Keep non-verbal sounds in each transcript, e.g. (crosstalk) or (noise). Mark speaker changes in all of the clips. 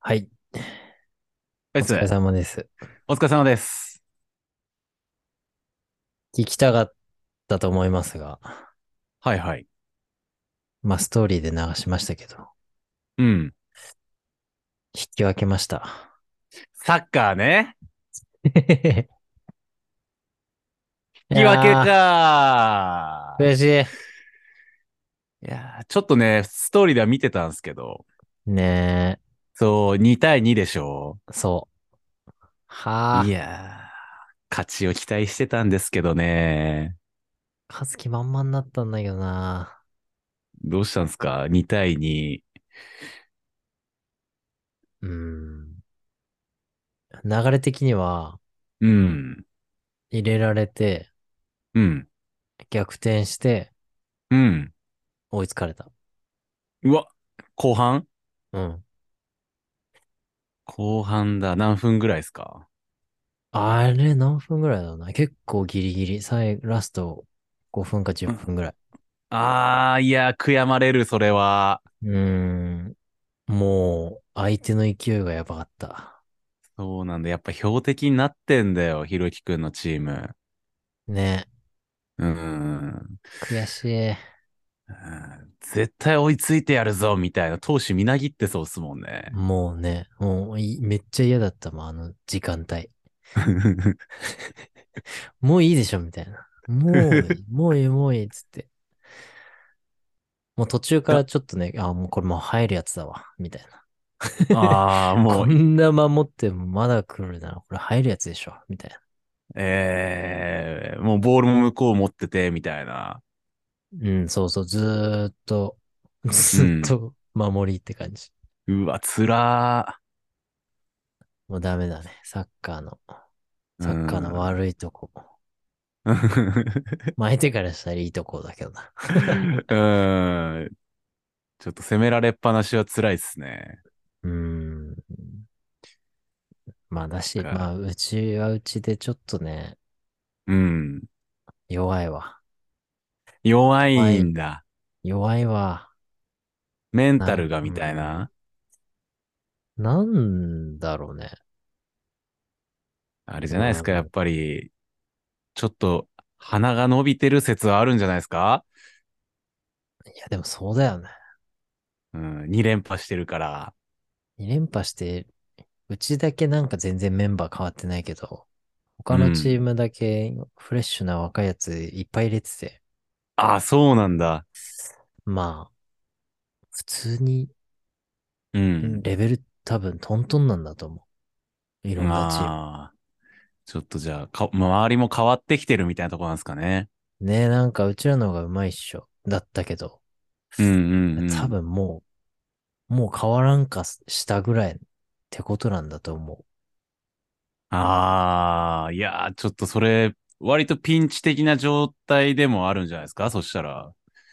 Speaker 1: はい。
Speaker 2: お
Speaker 1: お疲れ
Speaker 2: 疲
Speaker 1: 様です。
Speaker 2: れ様です。
Speaker 1: 聞きたかったと思いますが、
Speaker 2: はいはい。
Speaker 1: まあストーリーで流しましたけど、
Speaker 2: うん。
Speaker 1: 引き分けました。
Speaker 2: サッカーね。
Speaker 1: (laughs) 引
Speaker 2: 引き分けか。い
Speaker 1: 悔し
Speaker 2: やー、ちょっとね、ストーリーでは見てたんですけど、
Speaker 1: い。ね
Speaker 2: そう、2対2でしょ
Speaker 1: え、そう。はあ
Speaker 2: い、やー、勝ちを期待してたんですけどね。
Speaker 1: 勝つ気満々になったんだけどな。
Speaker 2: どうしたんですか ?2 対2。
Speaker 1: うーん。流れ的には
Speaker 2: うん。
Speaker 1: 入れられて、
Speaker 2: うん。
Speaker 1: 逆転して
Speaker 2: うん。
Speaker 1: 追いつかれた。
Speaker 2: うわ、後半
Speaker 1: うん。
Speaker 2: 後半だ。何分ぐらいですか
Speaker 1: あれ何分ぐらいだろうな。結構ギリギリ。最後、ラスト5分か10分ぐらい。
Speaker 2: あー、いやー、悔やまれる、それは。
Speaker 1: うーん。もう、相手の勢いがやばかった。
Speaker 2: そうなんだ。やっぱ標的になってんだよ、ひろきくんのチーム。
Speaker 1: ね。
Speaker 2: うーん。
Speaker 1: 悔しい。。
Speaker 2: うん絶対追いついてやるぞ、みたいな。投手みなぎってそうっすもんね
Speaker 1: (laughs) もうね、もうい、めっちゃ嫌だったもん、あの時間帯。もういいでしょ、みたいな。もういい、 (laughs) もういい、もういい、つって。もう途中からちょっとね、あ、もうこれもう入るやつだわ、みたいな。
Speaker 2: ああ、も
Speaker 1: こ
Speaker 2: う、
Speaker 1: んな守ってもまだ来るなら、これ入るやつでしょ、みたい
Speaker 2: えー、もうボールも向こう持ってて、みたいな。
Speaker 1: な。うん、そうそう、ずーっと、ずーっと守りって感じ。
Speaker 2: うわ、つら
Speaker 1: もうダメだね、サッカーの。
Speaker 2: ー。
Speaker 1: サッカーの
Speaker 2: ワ
Speaker 1: 悪いとこ。 (laughs)
Speaker 2: ー
Speaker 1: まあ、相手からしたらいいとこだけどな。
Speaker 2: (laughs) うん。ちょっと攻められっぱなしは辛いっすね。
Speaker 1: うーん。まあ、だし、
Speaker 2: そっか
Speaker 1: まあ、うちはうちでちょっとね、
Speaker 2: うん。
Speaker 1: 弱いわ。
Speaker 2: 弱いんだ。
Speaker 1: 弱いわ。
Speaker 2: メンタルが、みたいな。
Speaker 1: なんだろうね。
Speaker 2: あれじゃないですか、
Speaker 1: そう
Speaker 2: や
Speaker 1: なんだ
Speaker 2: っぱり、ちょっと鼻が伸びてる説はあるんじゃないですか
Speaker 1: いや、でもそうだよね。
Speaker 2: うん、2連覇してるから。
Speaker 1: 2連覇して、うちだけなんか全然メンバー変わってないけど、他のチームだけフレッシュな若いやついっぱい入れてて、
Speaker 2: ああ、そうなんだ。
Speaker 1: まあ、普通に
Speaker 2: うん。
Speaker 1: レベル多分トントンなんだと思う。いろんなチーム。
Speaker 2: ああ。ちょっとじゃあか、周りも変わってきてるみたいなとこなんですかね。
Speaker 1: ねえ、なんかうちらの方がうまいっしょ。だったけど、
Speaker 2: うんうん、うん。
Speaker 1: 多。分もう、もう変わらんかしたぐらいってことなんだと思
Speaker 2: ああ、いやー、ちょっとそれ、割とピンチ的な状態でもあるんじゃないですかそしたら。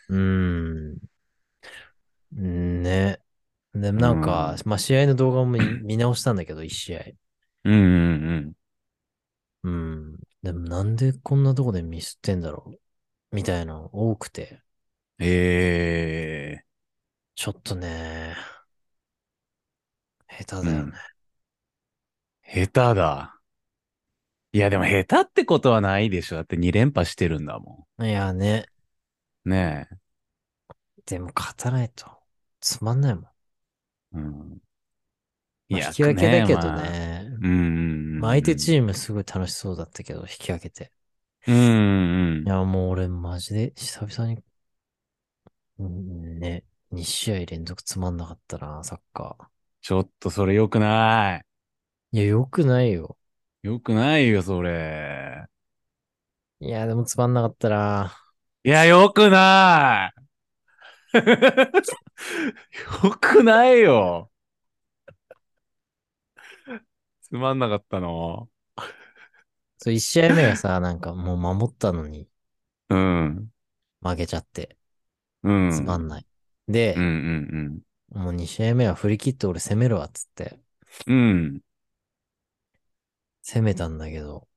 Speaker 1: う。うーん。ねえ。でもなんか、まあ、試合の動画も見 (clears throat) 見直したんだけど、一試合。
Speaker 2: うんうんうん。
Speaker 1: うん。でもなんでこんなとこでミスってんだろうみたいなの多くて。
Speaker 2: ええ
Speaker 1: ちょっとね、下手だよね。
Speaker 2: 下手だ。いや、でも下手ってことはないでしょ。だって2連覇してるんだも
Speaker 1: いやね、
Speaker 2: ん。ねえ。
Speaker 1: でも勝たないとつまんないもん。
Speaker 2: うん。
Speaker 1: まあ引き分けだけど。
Speaker 2: まあ
Speaker 1: ね。
Speaker 2: うんうんうん。
Speaker 1: まあ、相手チームすごい楽しそうだったけど、引き分けて。
Speaker 2: うんうん
Speaker 1: いや、もう俺マジで久々に、うんね、2試合連続つまんなかったな、サッカー。
Speaker 2: ちょっとそれ良くない
Speaker 1: や、よくないよ。
Speaker 2: い。良くないよ、それ。
Speaker 1: いや、でもつまんなかったな。
Speaker 2: いや、良くない (laughs) 良くないよ。つまんなかったの。
Speaker 1: そう、1試合目が (laughs) さ、なんかもう守ったのに
Speaker 2: うん。
Speaker 1: 負けちゃって、
Speaker 2: うん。
Speaker 1: つまんない。で
Speaker 2: うん、うん
Speaker 1: もう2試合目は振り切って俺攻めるわ、っつって。
Speaker 2: うん。うん。
Speaker 1: 攻めたんだけど、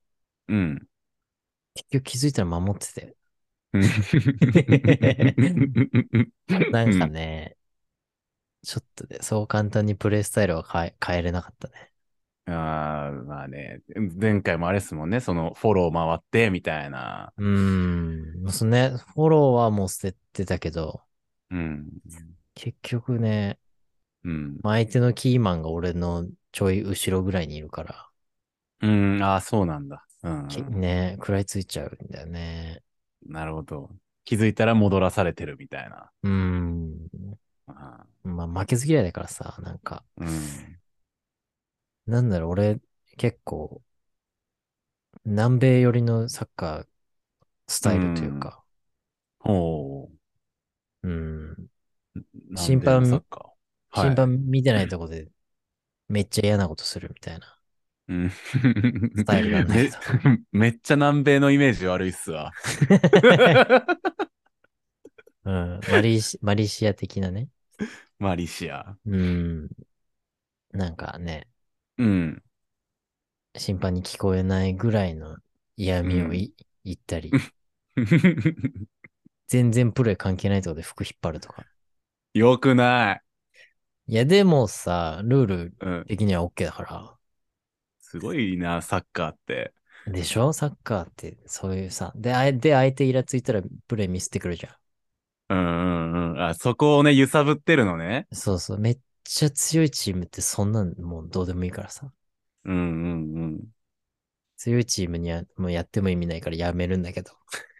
Speaker 2: うん。
Speaker 1: 結局気づいたら守って (laughs) て。
Speaker 2: うん
Speaker 1: (laughs) なんかね、ちょっとで、そう簡単にプレイスタイルは変え、変えれなかったね。
Speaker 2: あーまあね、前回もあれですもんね、そのフォロー回ってみたいな。
Speaker 1: うーん。そうね、フォローはもう捨ててたけど、
Speaker 2: うん。
Speaker 1: 結局ね、
Speaker 2: うん。
Speaker 1: まあ相手のキーマンが俺のちょい後ろぐらいにいるから、
Speaker 2: うん、ああ、そうなんだ。うん。
Speaker 1: きね、食らいついちゃうんだよね。
Speaker 2: なるほど。気づいたら戻らされてるみたいな。
Speaker 1: うーん。
Speaker 2: あ
Speaker 1: まあ負けず嫌いだからさ、なんか、
Speaker 2: ーうん。
Speaker 1: なんだろう、俺結構、南米寄りのサッカースタイルというか、
Speaker 2: ほ
Speaker 1: うん。
Speaker 2: う。
Speaker 1: 審判
Speaker 2: なんでまさかはい
Speaker 1: 審判見てないとこで、めっちゃ嫌なことするみたいな。
Speaker 2: うん。
Speaker 1: スタイルなんだけど
Speaker 2: め (laughs) めっちゃ南米のイメージ悪いっすわ。
Speaker 1: (laughs) うん。マリシ、 (laughs) マリシア的なね。
Speaker 2: マリシア。
Speaker 1: うん。なんかね、
Speaker 2: うん。 (laughs)
Speaker 1: 審判に聞こえないぐらいの嫌味をい、言ったり、全然プレー関係ないとこで服引っ張るとか。
Speaker 2: よくない。
Speaker 1: いや、でもさ、ルール
Speaker 2: うん。
Speaker 1: 的には OK だか
Speaker 2: すごいな、サッカーって。
Speaker 1: ら。でしょサッカーって、そういうさ。で、あえで、相手イラついたらプレーミスってくるじゃ
Speaker 2: うんうんうん。あ、そこをね、揺さぶってるのね。
Speaker 1: ん。そうそう。めっちゃ強いチームってそんなんもうどうでもいいからさ。
Speaker 2: うんうん
Speaker 1: 強いチームにはもうやっても意味ないからやめるんだけど、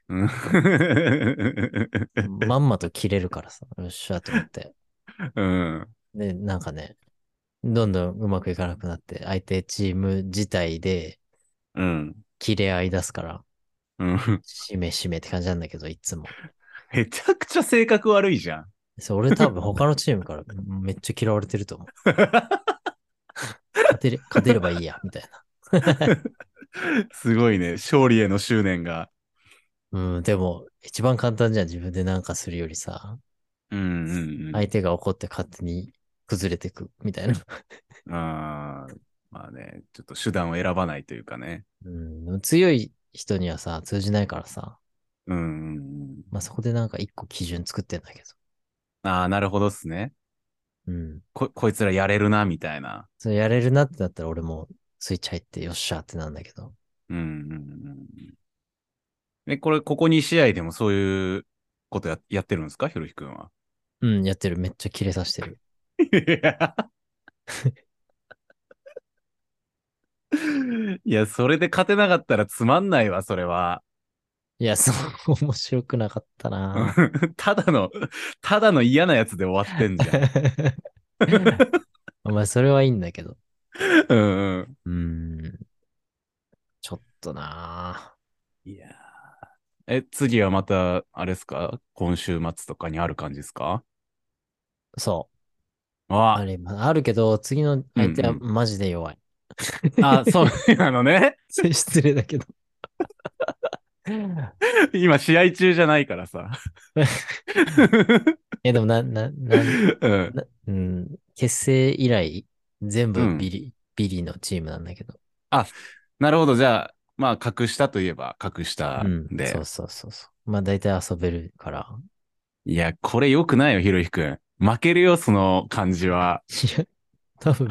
Speaker 2: うん。うん
Speaker 1: まんまと切れるからさ、よっしゃと思って。
Speaker 2: うん。
Speaker 1: で、なんかね、どんどんうまくいかなくなって、相手チーム自体で
Speaker 2: うん。
Speaker 1: 切れ合い出すから、
Speaker 2: うん。
Speaker 1: しめしめって感じなんだけど、いつも。
Speaker 2: めちゃくちゃ性格悪いじゃん。
Speaker 1: そう俺多分他のチームからめっちゃ嫌われてると思う。勝てれ勝てればいいや、みたい
Speaker 2: すごいね。勝利への執念が。
Speaker 1: な。うん、でも、一番簡単じゃん、自分でなんかするよりさ、
Speaker 2: うんうんうん。
Speaker 1: 相手が怒って勝手に崩れてく、みたいな。
Speaker 2: あーまあね、ちょっと手段を選ばないというかね。
Speaker 1: うん、でも強い人にはさ、通じないからさ、
Speaker 2: うんうんうん。
Speaker 1: まあ、そこでなんか一個基準作ってんだけ
Speaker 2: ああ、なるほどっすね。
Speaker 1: ど。うん。
Speaker 2: こ、こいつらやれるな、みたいな。
Speaker 1: それやれるなってなったら俺もスイッチ入ってよっしゃってなんだけど。
Speaker 2: うんうんうん。え、これ、ここ2試合でもそういうことや、やってるんですかひろひくんは。
Speaker 1: うん、やってる。めっちゃキレさしてる。
Speaker 2: いや。いや、それで勝てなかったらつまんないわ、それは。
Speaker 1: いや、そう、 (laughs) 面白くなかったな
Speaker 2: ただの、ただの嫌なやつで終わってんじ
Speaker 1: (laughs)
Speaker 2: ゃん。
Speaker 1: まあ、それはいいんだけど。
Speaker 2: うんうん。
Speaker 1: うん。ちょっとない
Speaker 2: やーえ、次はまた、あれですか今週末とかにある感じですか
Speaker 1: そう。あ
Speaker 2: あ
Speaker 1: れ、まああるけど、次の相手はマジで弱い。 (laughs)
Speaker 2: あ、そう、 (laughs) あのね、
Speaker 1: 失礼だけど。
Speaker 2: 今試合中じゃないか
Speaker 1: (laughs)
Speaker 2: らさ。
Speaker 1: え、でもな、な、な、
Speaker 2: うん、
Speaker 1: なうん、結成以来、全
Speaker 2: う
Speaker 1: 部
Speaker 2: ん
Speaker 1: ビリ、ビリのチームなんだけど。
Speaker 2: なるほど、じゃあ、まあ、格下といえば格下
Speaker 1: うん。
Speaker 2: で。
Speaker 1: そうそうそうそう。まあ大体遊べるから。 (laughs)
Speaker 2: いや、これ良くないよ、ひろひくん。負けるよ、その感じは。
Speaker 1: いや、多分、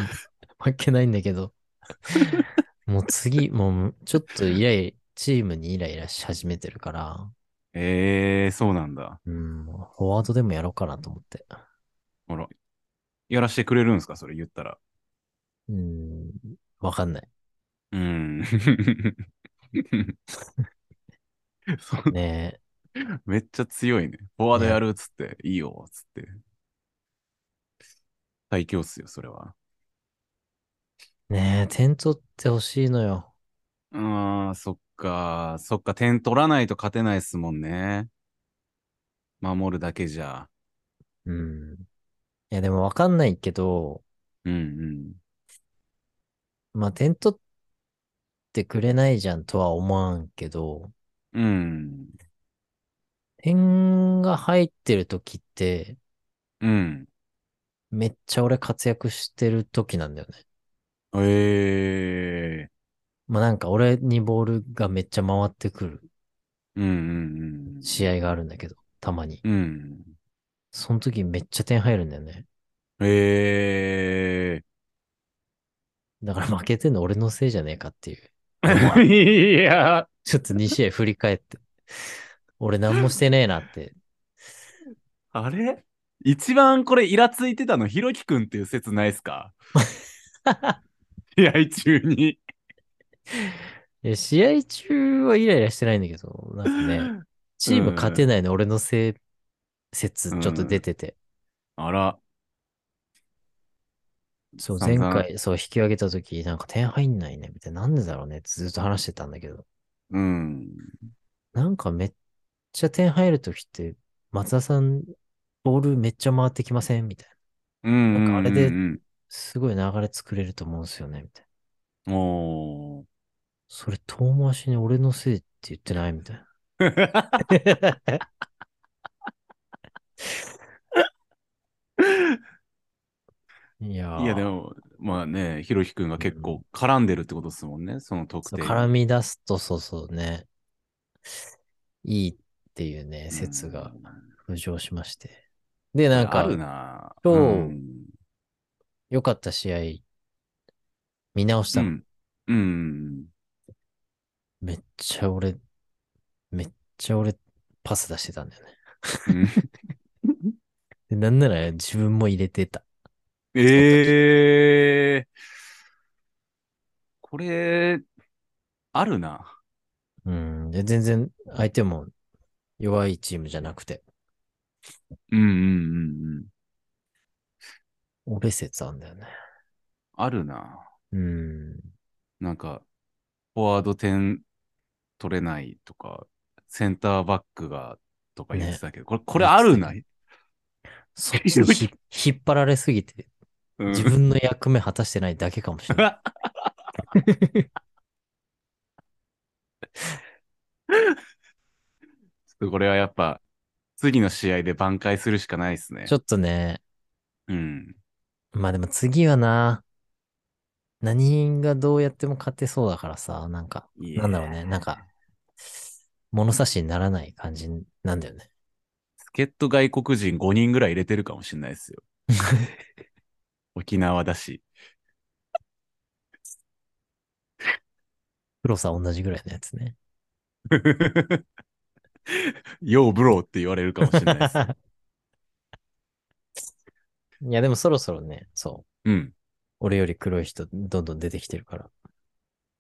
Speaker 1: 負けないんだけど。 (laughs) もう次、もう、ちょっとイライ、チームにイライラし始めてるから、
Speaker 2: ええそうなんだ。
Speaker 1: うん、もうフォワードでもやろうかなと思って。
Speaker 2: ほら。やらしてくれるんですか、それ言ったら。
Speaker 1: うん、わかんない。
Speaker 2: うん。 (laughs) そ
Speaker 1: ね
Speaker 2: めっちゃ強いね。フォワードやるっつって、いいよっつって。最強っすよ、それは。
Speaker 1: え、ねえ、点取ってほしいのよ。
Speaker 2: うーん、そっか。そっか、点取らないと勝てないっすもんね。守るだけじゃ。
Speaker 1: うん。いや、でもわかんないけど、
Speaker 2: うん
Speaker 1: まあ、点取ってくれないじゃんとは思わんけど、
Speaker 2: うん。うん。
Speaker 1: 点が入ってる時って、
Speaker 2: うん。
Speaker 1: めっちゃ俺活躍してる時なんだよね。
Speaker 2: ええ
Speaker 1: まあ、なんか俺にボールがめっちゃ回ってくる
Speaker 2: うんうん
Speaker 1: 試合があるんだけど、たまに。
Speaker 2: うん。うん。
Speaker 1: その時めっちゃ点入るんだよね。
Speaker 2: ええ
Speaker 1: だから (laughs) 負けてんの俺のせいじゃねえかっていう。
Speaker 2: え
Speaker 1: (laughs)
Speaker 2: ー。いや、
Speaker 1: ちょっと2試合振り返って。俺何もしてねえなって。
Speaker 2: あれ一番これイラついてたのひろきくんっていう説ないっ
Speaker 1: (laughs)
Speaker 2: すか試合中に。
Speaker 1: いや試合中はイライラしてないんだけど、なんかね、チーム勝てないの俺のせい説ちょっと出てて。
Speaker 2: あら。
Speaker 1: そう、
Speaker 2: 散
Speaker 1: 前
Speaker 2: 々
Speaker 1: 回、そう、引き上げた時、なんか点入んないね、みたいな。なんでだろうねってずっと話してたんだけど。
Speaker 2: うん。
Speaker 1: なんかめっちゃ点入る時って、松田さん、ボールめっちゃ回ってきませんみたいな。
Speaker 2: うんうんうんうん。
Speaker 1: なんかあれですごい流れ作れると思うんですよね、みたいな。
Speaker 2: おー。
Speaker 1: それ遠回しに俺のせいって言ってないみたいな。
Speaker 2: (laughs)
Speaker 1: いやー
Speaker 2: いやでも、まあね、ひろきくんが結構絡んでるってことですもんね、その得
Speaker 1: そう
Speaker 2: 点。
Speaker 1: 絡み出すと、そうそうね、いいっていうね、説が浮上しまして。で、
Speaker 2: うん。
Speaker 1: な
Speaker 2: なんんかあ
Speaker 1: か
Speaker 2: る、な。
Speaker 1: 今日
Speaker 2: うん
Speaker 1: 良かった試合、見直し
Speaker 2: う
Speaker 1: たの。
Speaker 2: ん。うん。
Speaker 1: めっちゃ俺、めっちゃ俺、パス出してたんだよね。
Speaker 2: うん
Speaker 1: でなんなら自分も入れてた。
Speaker 2: ええこれ、あるな。
Speaker 1: うん。で、全然相手も弱いチームじゃなくて、
Speaker 2: うんうんうんうん。
Speaker 1: 俺説あんだよね。
Speaker 2: あるな。
Speaker 1: うん。
Speaker 2: なんか、フォワード点取れないとか、センターバックがとか言ってたけど、これ、これあるな。
Speaker 1: そっちにひ
Speaker 2: (laughs)
Speaker 1: 引っ張られすぎて、
Speaker 2: うん
Speaker 1: 自分の役目果たしてないだけかもし
Speaker 2: (laughs)
Speaker 1: れない。
Speaker 2: ちょっとこれはやっぱ、次の試合で挽回するしかないですね
Speaker 1: ち。ょっとね、
Speaker 2: うん。
Speaker 1: まあでも次はな、何がどうやっても勝てそうだからさ、なんか、
Speaker 2: いや
Speaker 1: なんだろうね、なんか、物差しにならない感じなんだよね。
Speaker 2: 助っ人外国人5人ぐらい入れてるかもしれないですよ。
Speaker 1: (laughs)
Speaker 2: 沖縄だし。
Speaker 1: 黒さ同じぐらいのやつね。
Speaker 2: (laughs) ようブローって言われるかもしれな
Speaker 1: (laughs)
Speaker 2: いです。
Speaker 1: いやでもそろそろね、そう、
Speaker 2: うん。
Speaker 1: 俺より黒い人どんどん出てきてるから。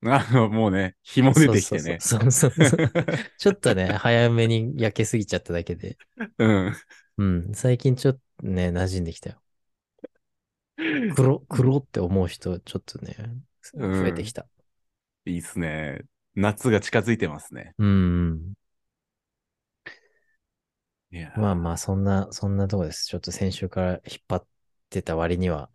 Speaker 2: あもうね、紐出てきてね。
Speaker 1: そうそうそうそうそう。ちょっとね、早めに焼けすぎちゃっただけで。
Speaker 2: うん。
Speaker 1: うん、最近ちょっとね、馴染んできた
Speaker 2: (laughs)
Speaker 1: よ。黒、黒って思う人、ちょっとね、
Speaker 2: うん
Speaker 1: 増えてきた。
Speaker 2: いいっすね。夏が近づいてますね。
Speaker 1: うん、
Speaker 2: いやー
Speaker 1: まあまあ、そんな、そんなとこです。ちょっと先週から引っ張ってた割には、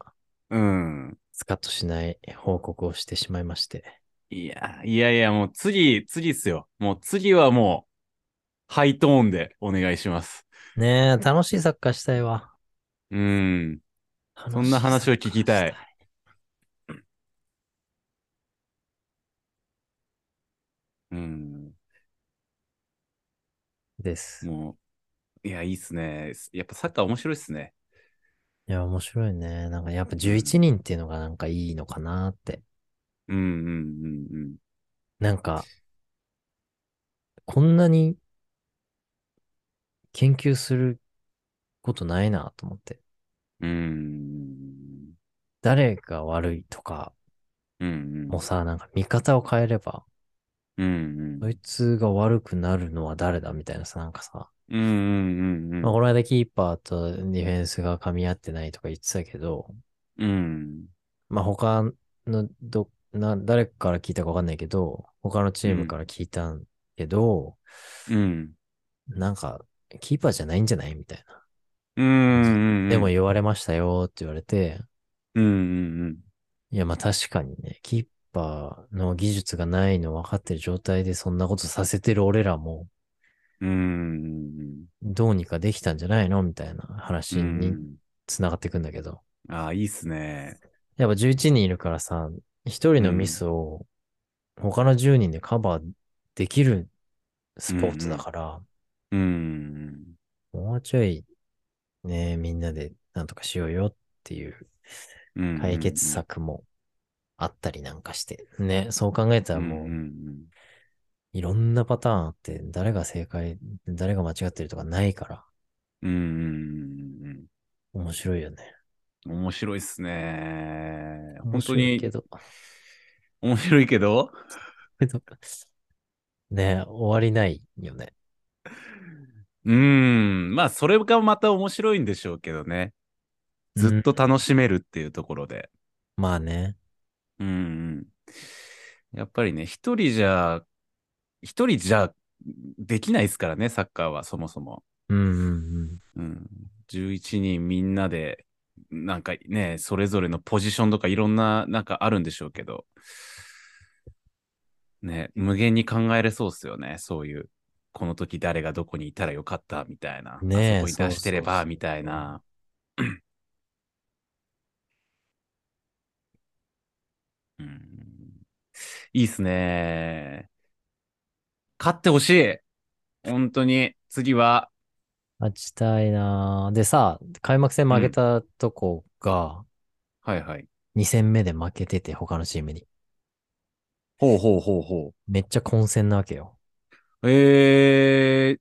Speaker 2: うん。
Speaker 1: スカッとしない報告をしてしまいまして。
Speaker 2: いやー、いやいや、もう次、次っすよ。もう次はもう、ハイトーンでお願いします。
Speaker 1: ねえ、楽しいサッカーしたいわ。
Speaker 2: うん。そんな話を聞きたい
Speaker 1: 楽しサッカーし
Speaker 2: うん。
Speaker 1: いです。
Speaker 2: もう、いや、いいっすね。やっぱサッカー面白いっすね。
Speaker 1: いや、面白いね。なんかやっぱ11人っていうのがなんかいいのかなって。
Speaker 2: うんうんうんうん。
Speaker 1: なんか、こんなに研究することないなと思って。
Speaker 2: うーん。
Speaker 1: 誰が悪いとか
Speaker 2: うんうん。
Speaker 1: もさ、なんか見方を変えれば、
Speaker 2: うん
Speaker 1: そいつが悪くなるのは誰だみたいなさ、なんかさ、
Speaker 2: うん。うんうんうん
Speaker 1: まあ、この間キーパーとディフェンスが噛み合ってないとか言ってたけど、
Speaker 2: うん。うん。
Speaker 1: まあ他のど、な、誰から聞いたかわかんないけど、他のチームから聞いたんけど、
Speaker 2: うん。
Speaker 1: なんか、キーパーじゃないんじゃないみたいな。
Speaker 2: うんうん。
Speaker 1: でも、言われましたよって言われて、
Speaker 2: うんうん
Speaker 1: いや、まあ確かにね、キーパーの技術がないの分かってる状態でそんなことさせてる俺らも、
Speaker 2: うん。うん。
Speaker 1: どうにかできたんじゃないのみたいな話に繋がってくんだけど。
Speaker 2: ああ、いいっすね。
Speaker 1: やっぱ11人いるからさ、1人のミスを他の10人でカバーできるスポーツだから、
Speaker 2: うん。
Speaker 1: もうちょいね、みんなでなんとかしようよっっていう
Speaker 2: うんうんうん
Speaker 1: 解決。策もあったりなんかして。ね、そう考えたらもう、
Speaker 2: んんん
Speaker 1: いろんなパターンあって、誰が正解、誰が間違ってるとかないから、
Speaker 2: うんうんうん
Speaker 1: 面白いよね。
Speaker 2: うん。面白いっすね。
Speaker 1: 面
Speaker 2: 本当
Speaker 1: 白い
Speaker 2: に
Speaker 1: けど。 (laughs)
Speaker 2: 面白いけど、
Speaker 1: けどね、終わりないよね。
Speaker 2: うん、まあそれがまた面白いんでしょうけどね。ずっと楽しめるっていうところで。
Speaker 1: まあね。
Speaker 2: うんうん。やっぱりね、一人じゃ、一人じゃできないですからね、サッカーはそもそも。
Speaker 1: うんうん
Speaker 2: うん、11人みんなで、なんかね、それぞれのポジションとかいろんな、なんかあるんでしょうけど、ね、無限に考えれそうっすよね、そういう。この時誰がどこにいたらよかったみたいな。
Speaker 1: ねえ
Speaker 2: あそこに出してれ
Speaker 1: そうそう
Speaker 2: ば
Speaker 1: そう
Speaker 2: みた
Speaker 1: (clears throat)
Speaker 2: いな。うん、いいっすね。勝ってほしい。本当に。次は。
Speaker 1: うん。勝ちたいなぁでさ、開幕戦負けたとこが、
Speaker 2: はいはい。
Speaker 1: 2戦目で負けてて、他のチームに。
Speaker 2: ほうほうほうほ
Speaker 1: めっちゃ混戦なわけよ。
Speaker 2: う。えー、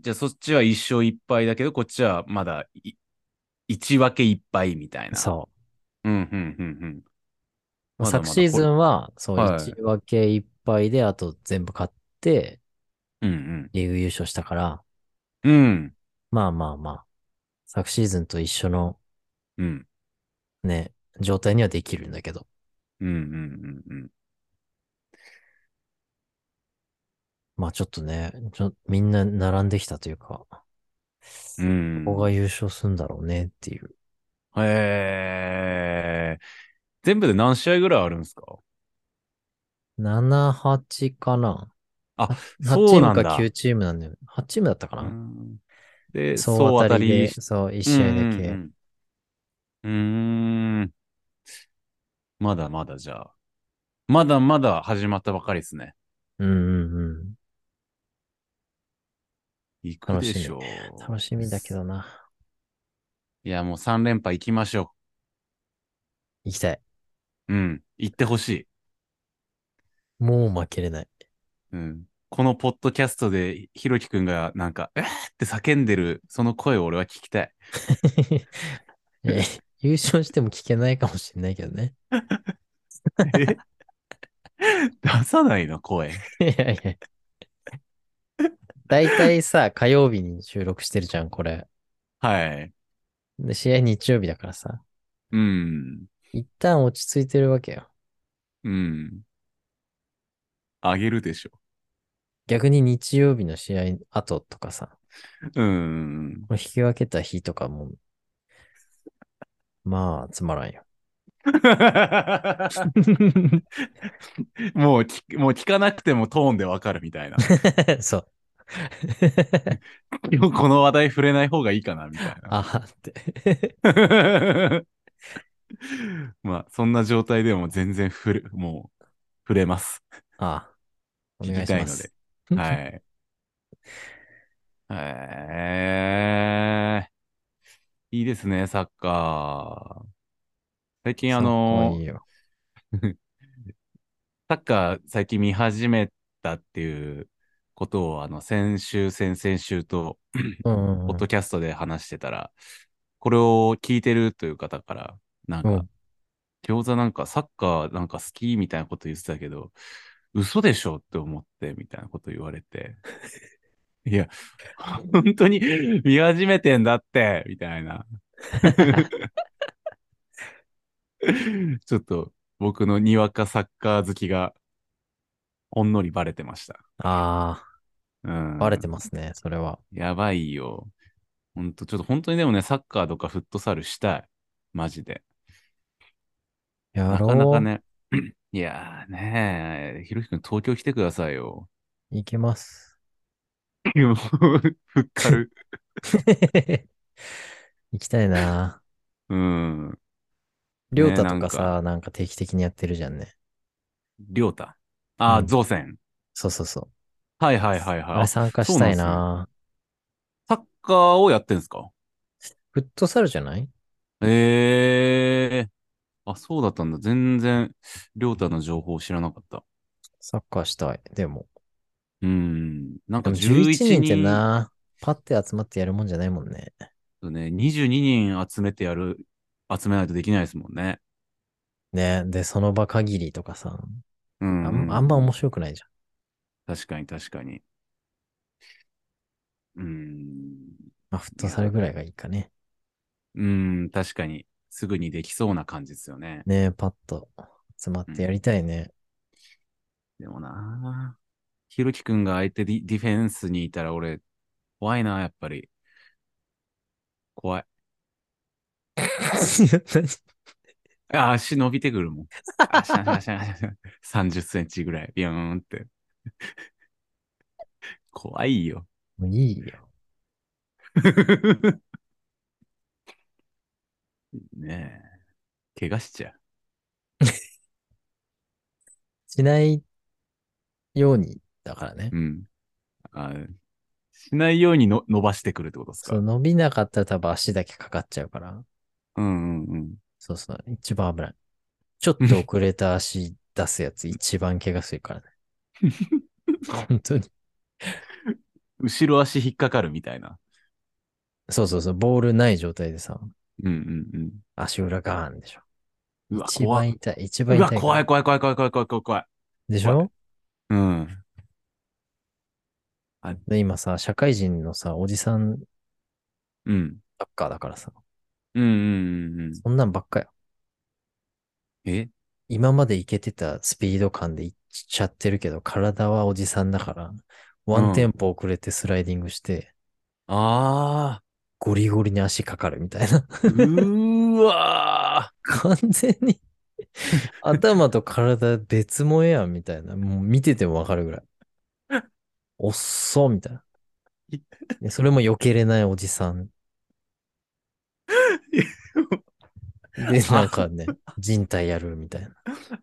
Speaker 2: じゃあそっちは一勝一敗だけど、こっちはまだい一分け一敗みたいな。。
Speaker 1: そう
Speaker 2: うん、うん、うん、
Speaker 1: う。
Speaker 2: まだまだ
Speaker 1: 昨シーズンは、そう、
Speaker 2: はい
Speaker 1: 1分け1敗で、あと全部勝って、
Speaker 2: うん。うん、
Speaker 1: リーグ優勝したから、
Speaker 2: うん。うん、
Speaker 1: まあまあまあ、昨シーズンと一緒の
Speaker 2: うん、
Speaker 1: ね、状態にはできるんだけど、
Speaker 2: うん、うん、うん。
Speaker 1: まあちょっとね、ちょみんな並んできたというか、
Speaker 2: うん。
Speaker 1: ここが優勝するんだろうねっていう。
Speaker 2: えー、全部で何試合ぐらいあるんですか
Speaker 1: 7、8かな
Speaker 2: あ
Speaker 1: は
Speaker 2: そう
Speaker 1: ?8 チー
Speaker 2: なん
Speaker 1: ム
Speaker 2: だ
Speaker 1: か9チームなんだよ。8チームだったか
Speaker 2: う
Speaker 1: な、
Speaker 2: んで、
Speaker 1: そう
Speaker 2: 総
Speaker 1: 当
Speaker 2: 当
Speaker 1: た
Speaker 2: た
Speaker 1: りで、
Speaker 2: り。
Speaker 1: そう、1試合だけ。
Speaker 2: うんうんうん、うーん。まだまだじゃあ。まだまだ始まったばかりですね。
Speaker 1: うんうんうん。
Speaker 2: 行くでしょう。
Speaker 1: 楽しみだけ。どな。
Speaker 2: いや、もう3連覇行きましょ
Speaker 1: 行きたい。
Speaker 2: う。うん。行ってほしい。
Speaker 1: もう負けれない。 (laughs)
Speaker 2: うん。このポッドキャストで、ひろきくんがなんか、えーって叫んでる、その声を俺は聞きたい。
Speaker 1: え優勝しても聞けないかもしれないけどね。
Speaker 2: え (laughs) 出さないの、声。
Speaker 1: いやいや。大体さ、火曜日に収録してるじゃん、これ。
Speaker 2: はい。
Speaker 1: で、試合日曜日だからさ。
Speaker 2: うん。
Speaker 1: 一旦落ち着いてるわけよ。
Speaker 2: うん。あげるでしょ。
Speaker 1: 逆に日曜日の試合後とかさ、
Speaker 2: うん。
Speaker 1: 引き分けた日とかも、まあ、つまらんよ。
Speaker 2: (laughs)
Speaker 1: (laughs)
Speaker 2: もう聞く、もう聞かなくてもトーンでわかるみたい (laughs) な。
Speaker 1: そう。
Speaker 2: 今日この話題触れない方がいいかな、 (laughs) みたい
Speaker 1: あはって。
Speaker 2: な。まあ、そんな状態でも全然触れ、もう、触れます。
Speaker 1: あお
Speaker 2: 聞
Speaker 1: 願いし
Speaker 2: き
Speaker 1: た
Speaker 2: い
Speaker 1: ま
Speaker 2: の
Speaker 1: す
Speaker 2: で。。はい。えー、いいですね、サッカー。
Speaker 1: (laughs)
Speaker 2: 最近あ
Speaker 1: サッ
Speaker 2: の
Speaker 1: カーいいよ。
Speaker 2: サッカー最近見始めたっていうことを、あの、先週、先々週と、
Speaker 1: うんうんうん
Speaker 2: ポッドキャストで話してたら、これを聞いてるという方から、なんか、
Speaker 1: うん
Speaker 2: 餃子なんかサッカーなんか好きみたいなこと言ってたけど、嘘でしょって思って、みたいなこと言われ
Speaker 1: (laughs)
Speaker 2: て。いや、本当に見始めてんだって、みたいな。ちょっと僕のにわかサッカー好きがほんのりバレてました。
Speaker 1: あ
Speaker 2: うん、
Speaker 1: あ、バレてますね、それは。
Speaker 2: やばいよ。ほんと、ちょっと本当にでもね、サッカーとかフットサルしたい。マジで。
Speaker 1: やろ
Speaker 2: な
Speaker 1: う。
Speaker 2: かなかね。 (clears throat) いやーねえ、ひろきくん東京来てくださいよ。 (laughs)
Speaker 1: いけます。 (laughs)
Speaker 2: いやもうふっかる。
Speaker 1: 行きたいな。
Speaker 2: うん。
Speaker 1: りょうたと
Speaker 2: なん
Speaker 1: か
Speaker 2: か
Speaker 1: さ、なんか定期的にやってるじゃんね。
Speaker 2: りょうた。あ
Speaker 1: う
Speaker 2: あ、
Speaker 1: ん
Speaker 2: ゾウセン。
Speaker 1: そうそうそう。
Speaker 2: はいはいはい
Speaker 1: あ
Speaker 2: は
Speaker 1: れ
Speaker 2: い。サ
Speaker 1: 参加したい
Speaker 2: そう
Speaker 1: な。
Speaker 2: ッカーをやってんすか
Speaker 1: フットサルじゃない
Speaker 2: ええあ、そうだったんだ。全然、りょうたの情報知らなかった。
Speaker 1: サッカーしたい。でも、
Speaker 2: うん。な
Speaker 1: で
Speaker 2: んか
Speaker 1: も11
Speaker 2: 11
Speaker 1: 人
Speaker 2: 人
Speaker 1: ってな、パッて集まってやるもんじゃないもんね。
Speaker 2: そうね、22人集めてやる、集めないとできないですもんね。
Speaker 1: ね、で、その場限りとかさ、あ
Speaker 2: うんうん
Speaker 1: んあんま面白くないじ
Speaker 2: 確かに確かに。う
Speaker 1: ゃ
Speaker 2: ん。
Speaker 1: ん。まあ、フットサルぐらいがいいかね。
Speaker 2: うん、確かに。すぐにできそうな感じですよね。
Speaker 1: ねパッと集まってやりたい
Speaker 2: (laughs)
Speaker 1: ね。
Speaker 2: でもなあひろきくんが相手ディディフェンスにいたら俺、怖いな、やっぱり。怖い。あ足伸びてくるもん。あシャンシャンシャンシャンシャン30センチぐらい、ビヨーンって。怖いよ。 (laughs)
Speaker 1: もういいよ。
Speaker 2: ねえ。怪我しちゃう。
Speaker 1: しないように、だからね。
Speaker 2: うん。あしないようにの伸ばしてくるってことですか
Speaker 1: そう、伸びなかったら多分足だけかかっちゃうから。
Speaker 2: うんうんうん。
Speaker 1: そうそう、一番危ない。ちょっと遅れた足出すや
Speaker 2: (laughs)
Speaker 1: つ一番怪我するからね。本当に。
Speaker 2: 後ろ足引っかかるみたいな。
Speaker 1: そうそうそう、ボールない状態でさ、
Speaker 2: うんうんうん。
Speaker 1: 足裏ガーンでしょ。
Speaker 2: うわ、
Speaker 1: 一
Speaker 2: 怖
Speaker 1: 番
Speaker 2: い。
Speaker 1: 痛い、一番
Speaker 2: う
Speaker 1: 痛い
Speaker 2: わ、
Speaker 1: から。
Speaker 2: 怖い怖い怖い怖い怖い怖い怖い怖い。
Speaker 1: でしょ
Speaker 2: うん。
Speaker 1: で今さ、社会人のさ、おじさん
Speaker 2: うん。
Speaker 1: サッカーだからさ、
Speaker 2: うんうんうんうん。
Speaker 1: そんなんばっかよ。
Speaker 2: え
Speaker 1: 今までいけてたスピード感でいっちゃってるけど、体はおじさんだから、ワンテンポ遅れてスライディングして、
Speaker 2: あ
Speaker 1: ゴリゴリに足かかるみたいな。
Speaker 2: ー。うーわ
Speaker 1: 完全に頭と体別もえやんみたいな。もう見ててもわかるぐらい。おっそみたいな。でそれも避けれないおじさん。で、なんかね、人体やるみたい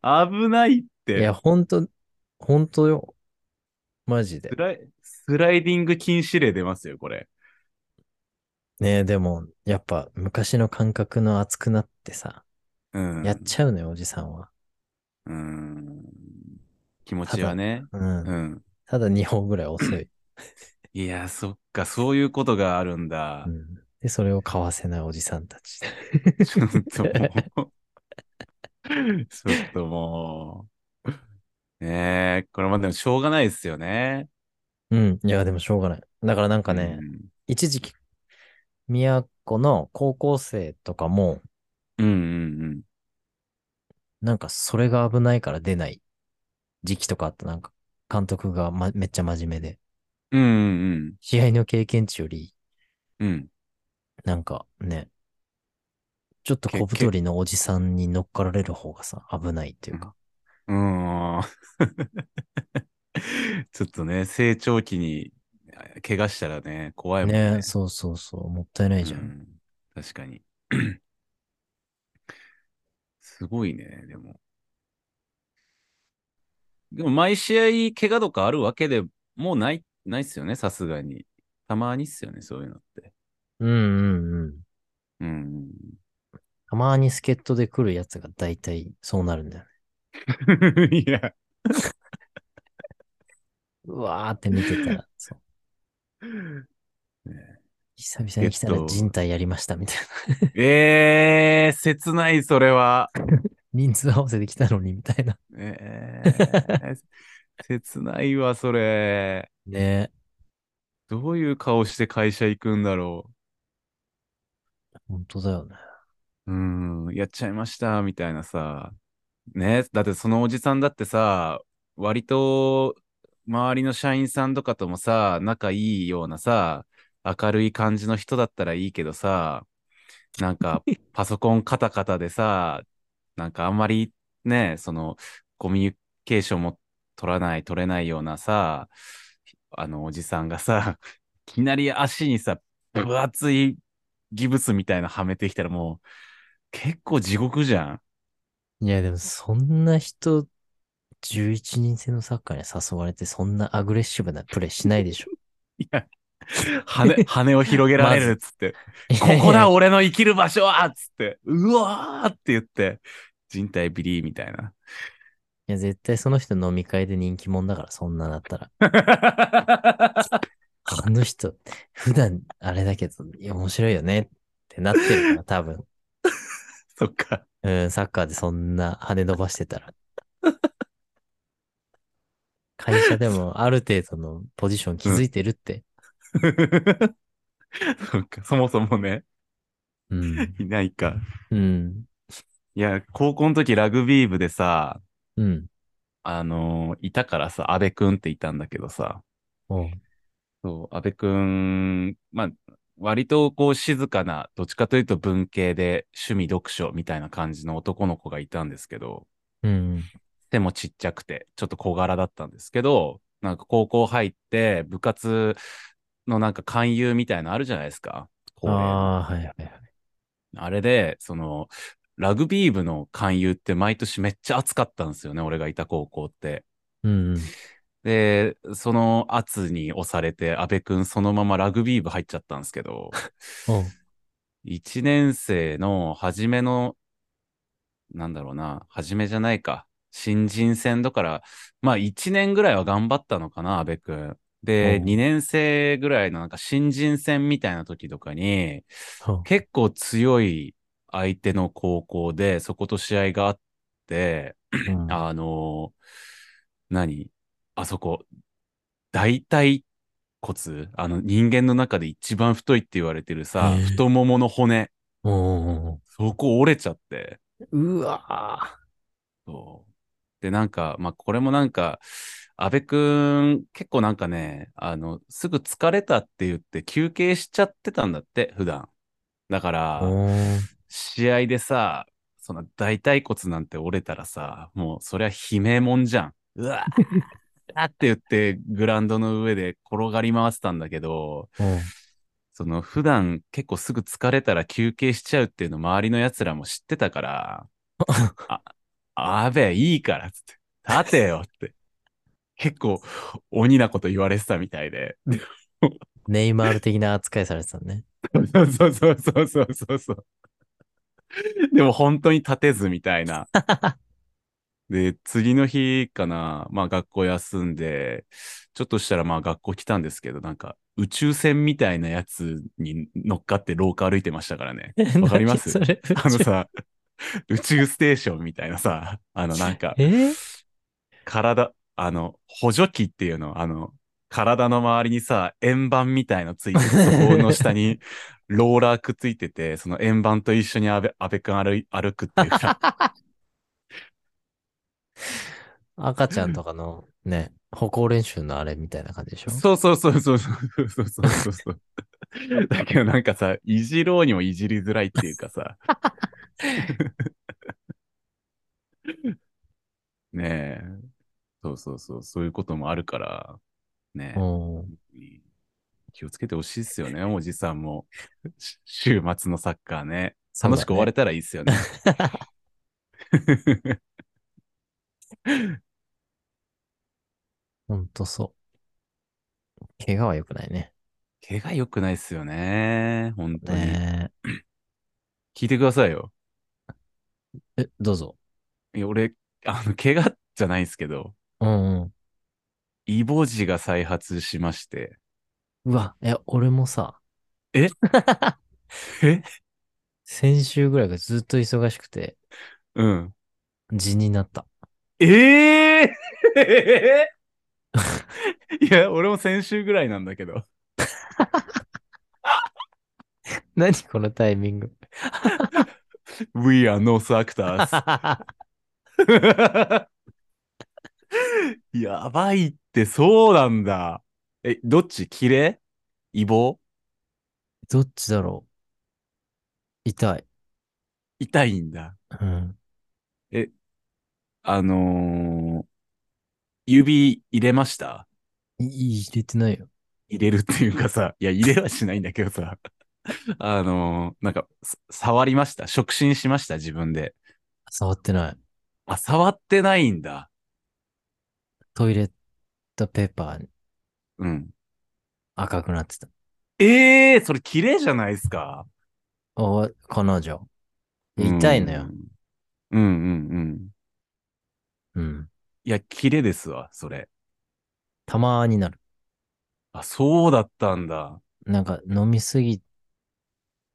Speaker 1: な。
Speaker 2: ー。危ないっ
Speaker 1: い
Speaker 2: て
Speaker 1: や、。ほんと、ほんとよ。マジで
Speaker 2: ス。ライスライディング禁止令出ますよ、これ。
Speaker 1: ねえ、でも、やっぱ昔の感覚の熱くなってさ、
Speaker 2: うん。
Speaker 1: やっちゃうのよ、おじさんは。
Speaker 2: うん。気持ちはね。
Speaker 1: うん。
Speaker 2: うん。
Speaker 1: ただ2歩ぐらい遅い。
Speaker 2: いや、そっか、そういうことがあるんだ
Speaker 1: う。ん、で、それを買わせないおじさんたち。
Speaker 2: ちょっともうちょっともう。ねえ、これまでもしょうがないですよね。
Speaker 1: うん。いや、でもしょうがない。だからなんかね、一時期、宮古の高校生とかも、
Speaker 2: うん。うんうんうん。
Speaker 1: なんかそれが危ないから出ない時期とかあった。なんか、監督が、ま、めっちゃ真面目で、
Speaker 2: うんうん
Speaker 1: 試合の経験値より、
Speaker 2: うん。うん。
Speaker 1: なんかね、ちょっと小太りのおじさんに乗っかられる方がさ、危ないっていうか。
Speaker 2: うーんちょっとね、成長期に怪我したらね、怖いもんね。
Speaker 1: ねそうそうそう、もったいないじゃん。
Speaker 2: うん確かに。 (clears throat) すごいね、でも。でも、毎試合、怪我とかあるわけでもうない、ないっすよね、さすがに。たまにっすよね、そういうのって。
Speaker 1: うんうんうん。 (laughs)
Speaker 2: うん。
Speaker 1: たまに助っ人で来るやつが大体そうなるんだよね。
Speaker 2: いや、
Speaker 1: うわーって見てた
Speaker 2: (laughs)
Speaker 1: ら、そう。久々に来たら人体やりましたみたいな。
Speaker 2: ええー、切ない、それは。
Speaker 1: 人数合わせてきたのにみたいな。
Speaker 2: えー、切ないわ、それ。
Speaker 1: ね
Speaker 2: どういう顔して会社行くんだろう。
Speaker 1: 本当だよね。
Speaker 2: うーん、やっちゃいました、みたいなさ。ね、だってそのおじさんだってさ、割と周りの社員さんとかともさ、仲いいようなさ、明るい感じの人だったらいいけどさ、なんかパソコンカタカタでさ、なんかあんまりね、そのコミュニケーションも取らない、取れないようなさ、あのおじさんがさ、 (laughs) いきなり足にさ、分厚いギブスみたいなのはめてきたらもう、結構地獄じゃん。
Speaker 1: いや、でもそんな人、11人制のサッカーに誘われて、そんなアグレッシブなプレーしないでしょ。
Speaker 2: いや、羽、羽を広げられるっつって、 (laughs) ここだ俺の生きる場所はっつって、うわーって言って、人体ビリーみたいな。 (laughs)
Speaker 1: いや、絶対その人飲み会で人気者だから、そんなだったら。あの人、普段あれだけど、いや、面白いよねってなってるから、多分。
Speaker 2: そっか。 (laughs)
Speaker 1: うん、サッカーでそんな羽伸ばしてたら。会社でもある程度のポジション気づいてるって。
Speaker 2: そっか。そもそもね、
Speaker 1: うん。
Speaker 2: いないか。
Speaker 1: うん。
Speaker 2: いや、高校の時ラグビー部でさ、
Speaker 1: うん。
Speaker 2: あのーいたからさ、安部くんっていたんだけどさ、
Speaker 1: おう
Speaker 2: そう、安部くん、まあ、割とこう静かな、どっちかというと文系で趣味読書みたいな感じの男の子がいたんですけど、
Speaker 1: うん。
Speaker 2: 背もちっちゃくて、ちょっと小柄だったんですけど、なんか高校入って部活のなんか勧誘みたいなのあるじゃないですか。公
Speaker 1: あ
Speaker 2: 園
Speaker 1: あ、はいはいはい。
Speaker 2: あれで、その、ラグビー部の勧誘って毎年めっちゃ暑かったんですよね、俺がいた高校って。
Speaker 1: うんうん。
Speaker 2: で、その圧に押されて、安部くんそのままラグビー部入っちゃったんですけど、
Speaker 1: おう
Speaker 2: 1年生の初めの、なんだろうな、初めじゃないか。新人戦だから、まあ1年ぐらいは頑張ったのかな、安部くん。で、
Speaker 1: うん
Speaker 2: 2年生ぐらいのなんか新人戦みたいな時とかに、
Speaker 1: おう
Speaker 2: 結構強い相手の高校で、そこと試合があって、
Speaker 1: うん
Speaker 2: あの何あそこ、大腿骨あの人間の中で一番太いって言われてるさ、
Speaker 1: えー
Speaker 2: 太ももの骨、
Speaker 1: おう
Speaker 2: そこ折れちゃって。
Speaker 1: うわ
Speaker 2: そうで、なんか、まあ、これもなんか、安部くん、結構なんかね、あの、すぐ疲れたって言って休憩しちゃってたんだって、普段。だから、
Speaker 1: ぁ。
Speaker 2: 試合でさ、その大腿骨なんて折れたらさ、もうそりゃ悲鳴もんじゃん。うわーあって言ってグラウンドの上で転がり回ってたんだけど、
Speaker 1: うん
Speaker 2: その普段結構すぐ疲れたら休憩しちゃうっていうの周りの奴らも知ってたから、あ、あべえ、いいからっつって、立てよって。結構鬼なこと言われてたみたいで。
Speaker 1: ネイマール的な扱いされてたね。
Speaker 2: そうそうそうそうそうそうそう。でも本当に立てずみたいな。で、次の日かな、まあ学校休んで、ちょっとしたらまあ学校来たんですけど、なんか宇宙船みたいなやつに乗っかって廊下歩いてましたからね。 (laughs) わかります
Speaker 1: 何それ
Speaker 2: あのさ、宇宙ステーションみたいなさ、あのなんか
Speaker 1: えー
Speaker 2: 体、あの補助器っていうの、あの体の周りにさ、円盤みたいのついてて、そこの下にローラーくっついてて、その円盤と一緒に安倍安倍くん歩い歩くっていうさ、
Speaker 1: 赤ちゃんとかのね、歩行練習のあれみたいな感じでしょ
Speaker 2: そうそうそうそうそうそうそうそうそう。だけどなんかさ、いじろうにもいじりづらいっていうかさ。 (laughs) ねえ。そうそうそう、そういうこともあるから、ねえ
Speaker 1: うん
Speaker 2: 気をつけてほしいっすよね、おじさんも。し週末のサッカーね。
Speaker 1: そうだね
Speaker 2: 楽しく終われたらいいっすよね。 (laughs)
Speaker 1: ほんとそう。怪我は良くないね。
Speaker 2: 怪我良くないっすよね。本当に。
Speaker 1: ね
Speaker 2: 聞いてくださいよ。
Speaker 1: え。え、どうぞ。
Speaker 2: いや、俺、あの、怪我じゃないんですけど、
Speaker 1: うんうん。
Speaker 2: イボ痔が再発しまして。
Speaker 1: うわ、え、俺もさ。
Speaker 2: ええ
Speaker 1: (laughs) 先週ぐらいからずっと忙しくて、
Speaker 2: うん。
Speaker 1: 地になった。
Speaker 2: ええ (laughs) いや、俺も先週ぐらいなんだけど。
Speaker 1: 何このタイミン (laughs) グ。
Speaker 2: We are no actors. (laughs) やばいって、そうなんだ。え、どっちキレイボ
Speaker 1: どっちだろう痛い。
Speaker 2: 痛いんだ。
Speaker 1: うん。
Speaker 2: あのー指入れました
Speaker 1: い入れてないよ。
Speaker 2: 入れるっていうかさ、いや、入れはしないんだけどさ、 (laughs) あのーなんか、さ触りました。触診しました、自分で。
Speaker 1: 触ってない。
Speaker 2: あ、触ってないんだ。
Speaker 1: トイレットペーパーに
Speaker 2: うん。
Speaker 1: 赤くなってた。
Speaker 2: ええー、それ綺麗じゃないですか。
Speaker 1: あ、彼女。痛いのよ。
Speaker 2: うん。うんうんうん。
Speaker 1: うん。
Speaker 2: いや、綺麗ですわ、それ。
Speaker 1: たまーになる。
Speaker 2: あ、そうだったんだ。
Speaker 1: なんか飲みすぎ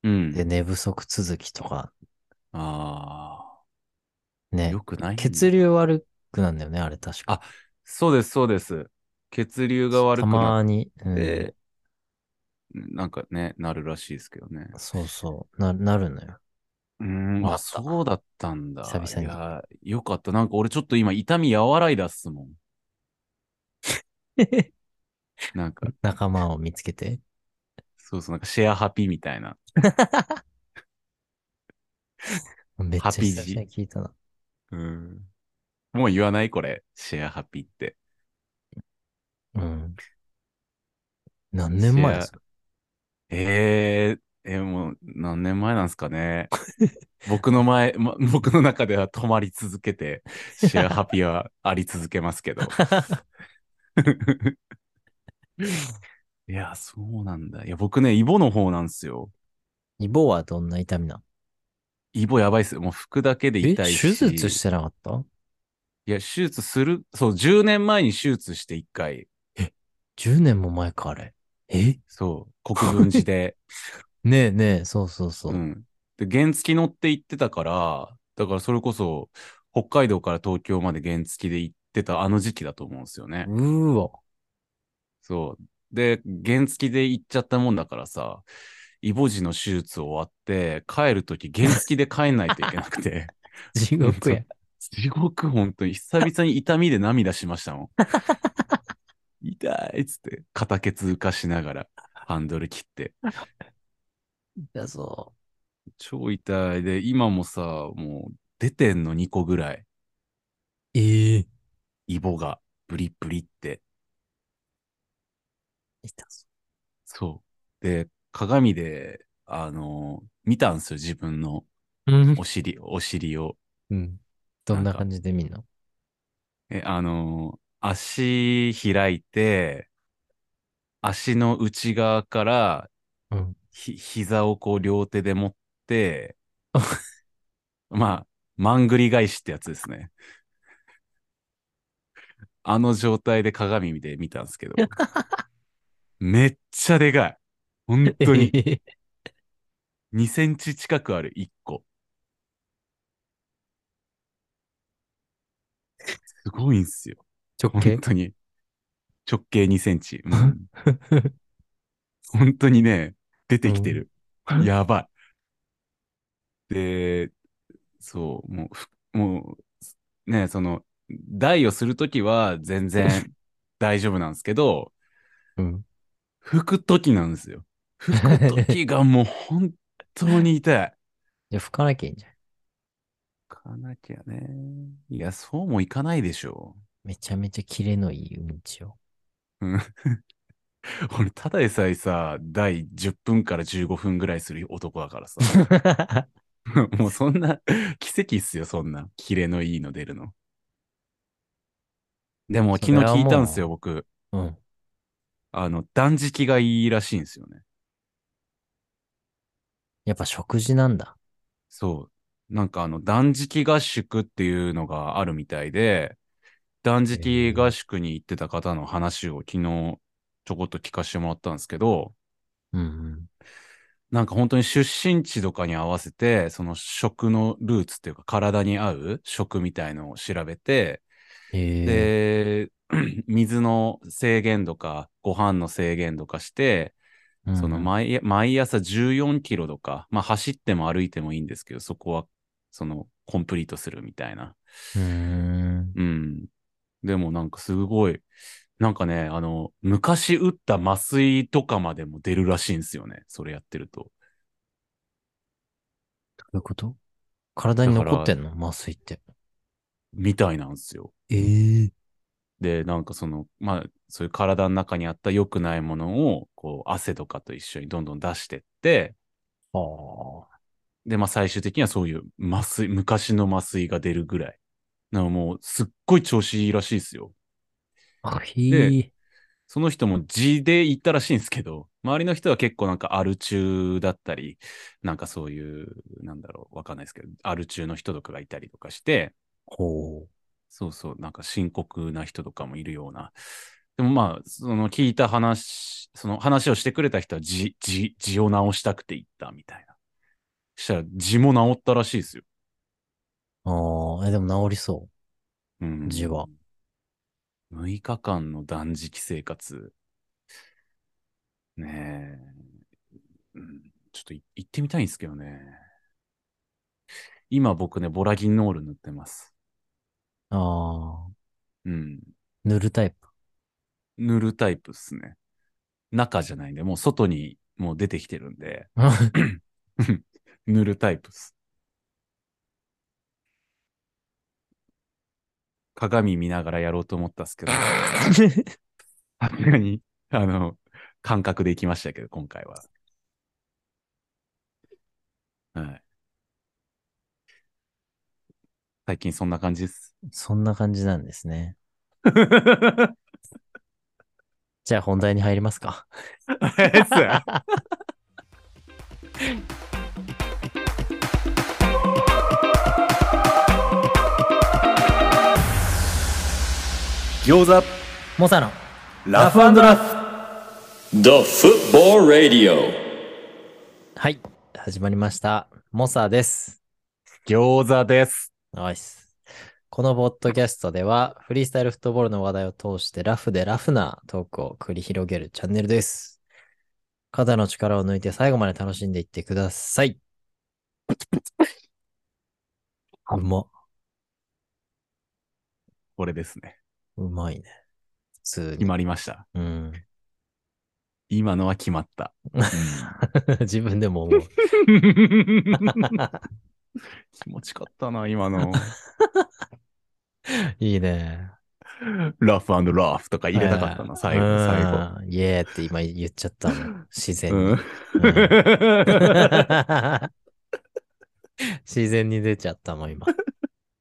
Speaker 2: うん。
Speaker 1: て寝不足続きとか、
Speaker 2: ああ、
Speaker 1: ね
Speaker 2: よ。くない
Speaker 1: 血流悪くなんだよね、あれ確か。
Speaker 2: あそうです、そうです。血流が悪
Speaker 1: た
Speaker 2: くな
Speaker 1: ま
Speaker 2: っ
Speaker 1: ーに。うん
Speaker 2: て、なんかね、なるらしいですけどね。
Speaker 1: そうそう。な、なるの
Speaker 2: (laughs)
Speaker 1: よ。
Speaker 2: うーん、
Speaker 1: わか
Speaker 2: あ、
Speaker 1: った
Speaker 2: そうだったんだ。
Speaker 1: 久々に
Speaker 2: いや、よかった。なんか俺ちょっと今痛み和らいだっすもん。なん (laughs) か、
Speaker 1: 仲間を見つけて。
Speaker 2: そうそう、なんかシェアハピみたいな。
Speaker 1: めっちゃ
Speaker 2: ハピジ
Speaker 1: 久々に聞いたな。
Speaker 2: うん。もう言わないこれ。シェアハピって。
Speaker 1: うん。何年前ですか
Speaker 2: えー、えー、もう何年前なんですか (laughs) ね。僕の前、ま、僕の中では止まり続けて、シェアハピはあり続けます (laughs) けど。いや、そうなんだ。いや、僕ね、イボの方なんですよ。
Speaker 1: イボはどんな痛みなの
Speaker 2: イボやばいっす。もう服だけで
Speaker 1: え、
Speaker 2: 痛いし。
Speaker 1: 手術してなかった
Speaker 2: いや、手術する、そう、10年前に手術して1回、
Speaker 1: ?10 年も前か、あれ。え
Speaker 2: そう、国分寺で、
Speaker 1: ねえねえ、そうそう (laughs) そうう。
Speaker 2: ん。で、原付乗って行ってたから、だからそれこそ、北海道から東京まで原付で行ってたあの時期だと思うんですよね。
Speaker 1: うーわ。
Speaker 2: そう。で、原付で行っちゃったもんだからさ、イボ痔の手術終わって、帰るとき原付で帰んないといけなくて。
Speaker 1: 地獄や。
Speaker 2: 地獄、本当に。久々に痛みで涙しましたもん。痛いっつって、片ケツ浮かしながら、ハンドル切って。
Speaker 1: だそ
Speaker 2: 超痛い。で、今もさ、もう、出てんの2個ぐらい。
Speaker 1: う。ええ
Speaker 2: イボが、ブリブリって。
Speaker 1: 痛そ
Speaker 2: そう。で、鏡で、あの見たんすよ、自分の
Speaker 1: う。うん
Speaker 2: お。尻、お尻を。
Speaker 1: うん。どんな感じで見んの
Speaker 2: え、あの足開いて、足の内側から、
Speaker 1: うん。
Speaker 2: ひ、膝をこう両手で
Speaker 1: (laughs)
Speaker 2: 持って、まあ、まんぐり返しってやつですね。あの状態で鏡で見たんで
Speaker 1: (laughs)
Speaker 2: すけど、めっちゃでかい。本当に
Speaker 1: (laughs)
Speaker 2: 2センチ近くある、1個。
Speaker 1: (laughs)
Speaker 2: すごいんすよ。
Speaker 1: 直
Speaker 2: 本
Speaker 1: 径
Speaker 2: 当に。直径2センチ。うん
Speaker 1: (laughs)
Speaker 2: 本当にね、出てきてる。
Speaker 1: うん
Speaker 2: やばい。で、そう、もうふ、もう、ね、その、代をするときは全然大丈夫なんですけど、
Speaker 1: うん。
Speaker 2: 拭くときなんですよ。拭くときがもう本当
Speaker 1: (laughs)
Speaker 2: に痛い。
Speaker 1: じゃあ拭かなきゃいいんじゃん。
Speaker 2: 行かなきゃね。いや、そうもいかないでしょ
Speaker 1: めちゃめちゃキレのいいうんちを。
Speaker 2: う。俺、ただでさえさ、第10分から15分ぐらいする男
Speaker 1: (laughs)
Speaker 2: だからさ。もうそんな、奇跡っすよ、そんな。キレのいいの出るの。でも、
Speaker 1: そ
Speaker 2: 昨
Speaker 1: れ
Speaker 2: 日
Speaker 1: は
Speaker 2: 聞いたんすよ、僕。
Speaker 1: (laughs) うん。
Speaker 2: あの、断食がいいらしいんですよね。
Speaker 1: やっぱ食事なんだ。
Speaker 2: そう。なんかあの、断食合宿っていうのがあるみたいで、断
Speaker 1: へ
Speaker 2: 食
Speaker 1: ー
Speaker 2: 合宿に行ってた方の話を昨日ちょこっと聞かせてもらったんですけど、
Speaker 1: うん
Speaker 2: なんか本当に出身地とかに合わせて、その食のルーツっていうか体に合う食みたいのを調べて、
Speaker 1: うん。へえ。
Speaker 2: で、 (clears throat) 水の制限とか、ご飯の制限とかして、
Speaker 1: うん
Speaker 2: その毎毎朝14キロとか、まあ走っても歩いてもいいんですけど、そこは、その、コンプリートするみたいな。
Speaker 1: うーん。
Speaker 2: うん。でもなんかすごい、なんかね、あの、昔打った麻酔とかまでも出るらしいんですよね。それやってると。
Speaker 1: どういうこと体に残ってんの麻酔って。
Speaker 2: みたいなんですよ。
Speaker 1: ええ。
Speaker 2: で、なんかその、まあ、そういう体の中にあった良くないものを、こう、汗とかと一緒にどんどん出してって、
Speaker 1: ああ。
Speaker 2: で、まあ最終的にはそういう麻酔、昔の麻酔が出るぐらい。なんかもうすっごい調子いいらしいですよ。
Speaker 1: あ、へえ。
Speaker 2: その人も字で言ったらしいんですけど、周りの人は結構なんかアル中だったり、なんかそういう、なんだろう、わかんないですけど、アル中の人とかがいたりとかして、
Speaker 1: ほう。
Speaker 2: そうそう、なんか深刻な人とかもいるような。でもまあ、その聞いた話、その話をしてくれた人は字、字、字を直したくて行ったみたいな。したら字も直ったらしいですよ。
Speaker 1: ああ、え、でも治りそう。
Speaker 2: うん
Speaker 1: 字は。
Speaker 2: 6日間の断食生活。ねえ。うんちょっとい行ってみたいんですけどね。今僕ね、ボラギンノール塗ってます。
Speaker 1: ああ、
Speaker 2: うん。
Speaker 1: 塗る (laughs) タイプ。
Speaker 2: 塗るタイプっすね。中じゃないんで、もう外にもう出てきてるんで、塗るタイプっす。鏡見ながらやろうと思ったっ
Speaker 1: (laughs)
Speaker 2: すけど、さすがに、あの、感覚でいきましたけど、今回は。はい。最近そんな感じです。
Speaker 1: そんな感じなんですね。じゃあ本題に入りますか。
Speaker 3: Gyoza
Speaker 1: モサの
Speaker 3: Laugh and Laugh.
Speaker 4: The Football Radio.
Speaker 1: はい、始まりました。モサです。
Speaker 2: 餃子です。
Speaker 1: ナイス。このポッドキャストでは、フリースタイルフットボールの話題を通してラフでラフなトークを繰り広げるチャンネルです。肩の力を抜いて最後まで楽しんでいってください。うま、
Speaker 2: これですね。
Speaker 1: うまいね。普通
Speaker 2: 決
Speaker 1: に。
Speaker 2: まりました。
Speaker 1: うん。 (laughs)
Speaker 2: 今のは決まった。
Speaker 1: (laughs) 自分でも思う。
Speaker 2: 気持ちよかったな、今の。
Speaker 1: いいね。
Speaker 2: ラフラフと (laughs) か入れたかった
Speaker 1: うん
Speaker 2: な、最後、最後。。
Speaker 1: うんイエーって今言っちゃった
Speaker 2: (laughs)
Speaker 1: の。自然に。
Speaker 2: うん
Speaker 1: うん (laughs) 自然に出ちゃったもん、今。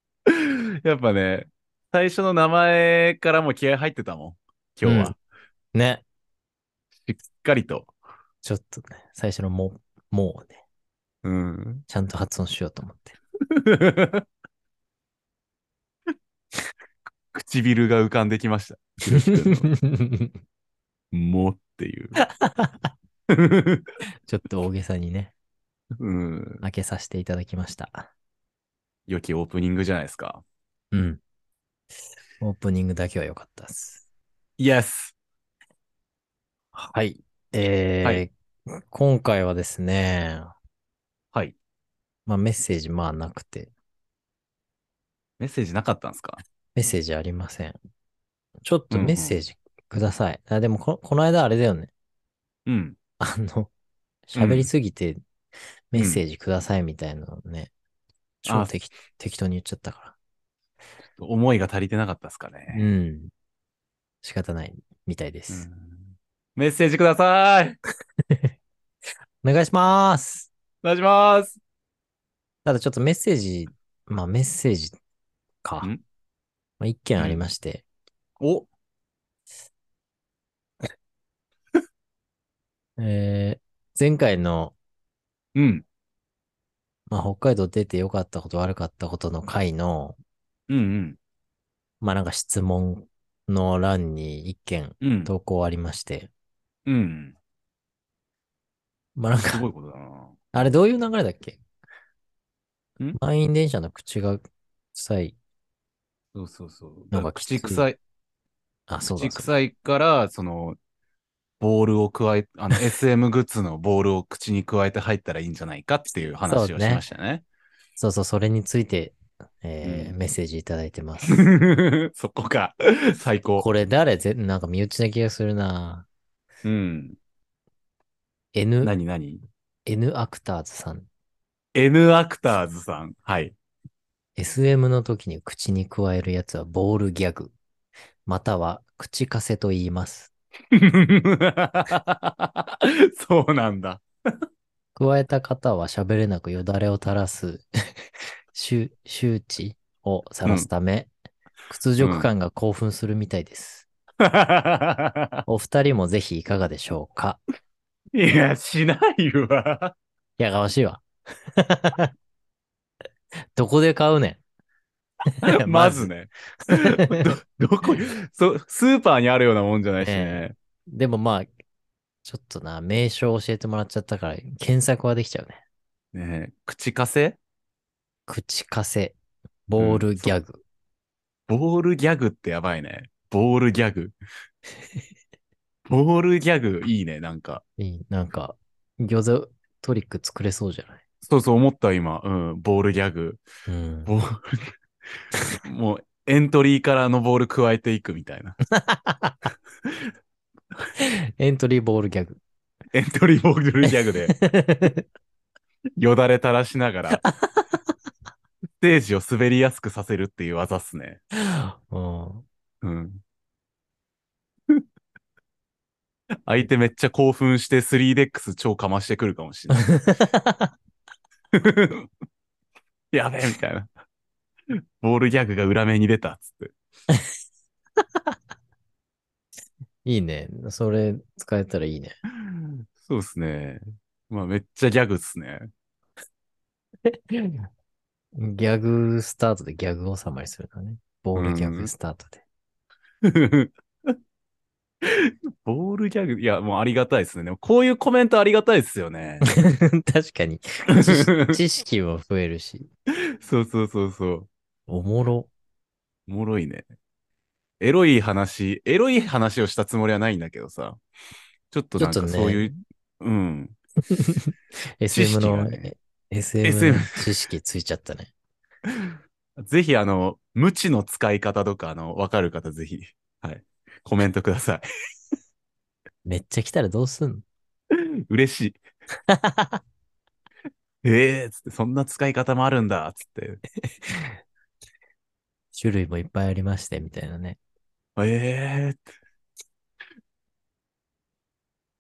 Speaker 2: (laughs) やっぱね、最初の名前からも気合入ってたもん。今日は。
Speaker 1: うんね。
Speaker 2: しっかりと。
Speaker 1: ちょっとね、最初のも、もうね、
Speaker 2: うん。 (laughs)
Speaker 1: ちゃんと発音しようと思って。
Speaker 2: 唇が浮かんできました。ひろし君のもっていう。
Speaker 1: ちょっと大げさにね、
Speaker 2: うん。
Speaker 1: 開けさせていただきました。
Speaker 2: 良きオープニングじゃないですか。
Speaker 1: うん。オープニングだけは良かったです。
Speaker 2: イエス
Speaker 1: はい。えー
Speaker 2: はい
Speaker 1: 今回はですね、
Speaker 2: はい。
Speaker 1: まあメッセージまあなくて、
Speaker 2: メッセージなかったんですか
Speaker 1: メッセージありません。ちょっと
Speaker 2: うんうん
Speaker 1: メッセージください。あでもこ、この間あれだよね。
Speaker 2: うん。
Speaker 1: (laughs) あの、
Speaker 2: うん
Speaker 1: 喋りすぎてメッセージくださいみたいなのね、超
Speaker 2: あ
Speaker 1: 適適当に言っちゃったか
Speaker 2: 思いが足りてなかったですかね
Speaker 1: ら。。うん。仕方ないみたいで
Speaker 2: う
Speaker 1: す。
Speaker 2: んメッセージください
Speaker 1: お願いします。
Speaker 2: お願いします
Speaker 1: ただちょっとメッセージ、まあメッセージか。
Speaker 2: ん
Speaker 1: まあ一件ありまして、
Speaker 2: お
Speaker 1: (laughs) えー前回の、
Speaker 2: うん。
Speaker 1: まあ、北海道出て良かったこと悪かったことの回の、
Speaker 2: うん
Speaker 1: まあなんか質問の欄に一件
Speaker 2: うん。うん。
Speaker 1: 投稿ありまして、
Speaker 2: うん。
Speaker 1: まあなん
Speaker 2: す
Speaker 1: か、 (laughs)
Speaker 2: ごいことだな。
Speaker 1: あれどういう流れだっけ
Speaker 2: ん
Speaker 1: 満員電車の口が臭い。
Speaker 2: そうそうそう。
Speaker 1: なんか
Speaker 2: 口臭い、
Speaker 1: あ、そうだ
Speaker 2: 口
Speaker 1: そうだ。
Speaker 2: 臭いから、その、ボールを加え、
Speaker 1: (laughs)
Speaker 2: あの、SM グッズのボールを口に加えて入ったらいいんじゃないかっていう話
Speaker 1: そう
Speaker 2: を
Speaker 1: ね
Speaker 2: しましたね。
Speaker 1: そうそう、それについて、えー
Speaker 2: うん
Speaker 1: メッセージいただいてます。
Speaker 2: (laughs) そこか。最高。
Speaker 1: これ誰ぜなんか身内な気がするな
Speaker 2: うん。
Speaker 1: N、
Speaker 2: 何何
Speaker 1: N アクターズさん。
Speaker 2: ?N アクターズさん。はい。 (laughs)
Speaker 1: SM の時に口に加えるやつはボールギャグ。または口かせと言います。
Speaker 2: そうなんだ。 (laughs)
Speaker 1: 加えた方は喋れなくよだれを垂らす (laughs) 周周知を晒すため、屈辱感が興奮するみたいです。お二人もぜひいかがでしょうか。
Speaker 2: いや、しない
Speaker 1: (laughs)
Speaker 2: わ。
Speaker 1: やかましいわ。 (laughs) どこで買うねん。
Speaker 2: まず。ね。 (laughs) ど、どこ、 (laughs) そ、スーパーにあるようなもんじゃないしね。
Speaker 1: でもまあ、ちょっとな、名称教えてもらっちゃったから、検索はできちゃうね。
Speaker 2: ねえ口かせ
Speaker 1: 口かせ、ボールギャグ。
Speaker 2: ボールギャグってやばいね。ボールギャグ。 (laughs) ボールギャグいいね、なんか。
Speaker 1: いいなんか、餃子トリック作れそうじゃない
Speaker 2: そうそう思った今。うん、ボールギャグ。
Speaker 1: うん。
Speaker 2: ボール、 (laughs) もうエントリーからのボール加えていくみたいな。
Speaker 1: エントリーボールギャグ。 (laughs)
Speaker 2: エントリーボールギャグでよだれ垂らしながら、ステージを滑りやすくさせるっていう技っすね。
Speaker 1: うん
Speaker 2: (laughs) うん。相手めっちゃ興奮して 3DX 超かましてくるかもしれない。 (laughs) やべえみたいな。ボールギャグが裏目に出たっつって。
Speaker 1: (laughs) いいね。それ使えたらいいね。
Speaker 2: そうですね。まあめっちゃギャグっすね。 (laughs)
Speaker 1: ギャグスタートでギャグ収まりするのね。ボールギャグスタートで。
Speaker 2: ボールギャグ、いやもうありがたいですね。でもこういうコメントありがたいですよね。 (laughs)
Speaker 1: (laughs) 確かに。知識も増えるし。
Speaker 2: そうそうそうそう。
Speaker 1: おもろ。
Speaker 2: おもろいね。エロい話、エロい話をしたつもりはないんだけどさ。ちょっとなん
Speaker 1: ちょ
Speaker 2: か
Speaker 1: っとね
Speaker 2: そういう、うん。
Speaker 1: SM の、
Speaker 2: 知識がね
Speaker 1: SM の知識ついちゃったね。
Speaker 2: ぜひあの、無知の使い方とか、あの、わかる方ぜひ、はい。コメントください。 (laughs)
Speaker 1: めっちゃ来たらどうすんの
Speaker 2: 嬉しい。ええつって、そんな使い方もあるんだ、つって。
Speaker 1: 種類もいっぱいありまして、みたいなね。
Speaker 2: ええって。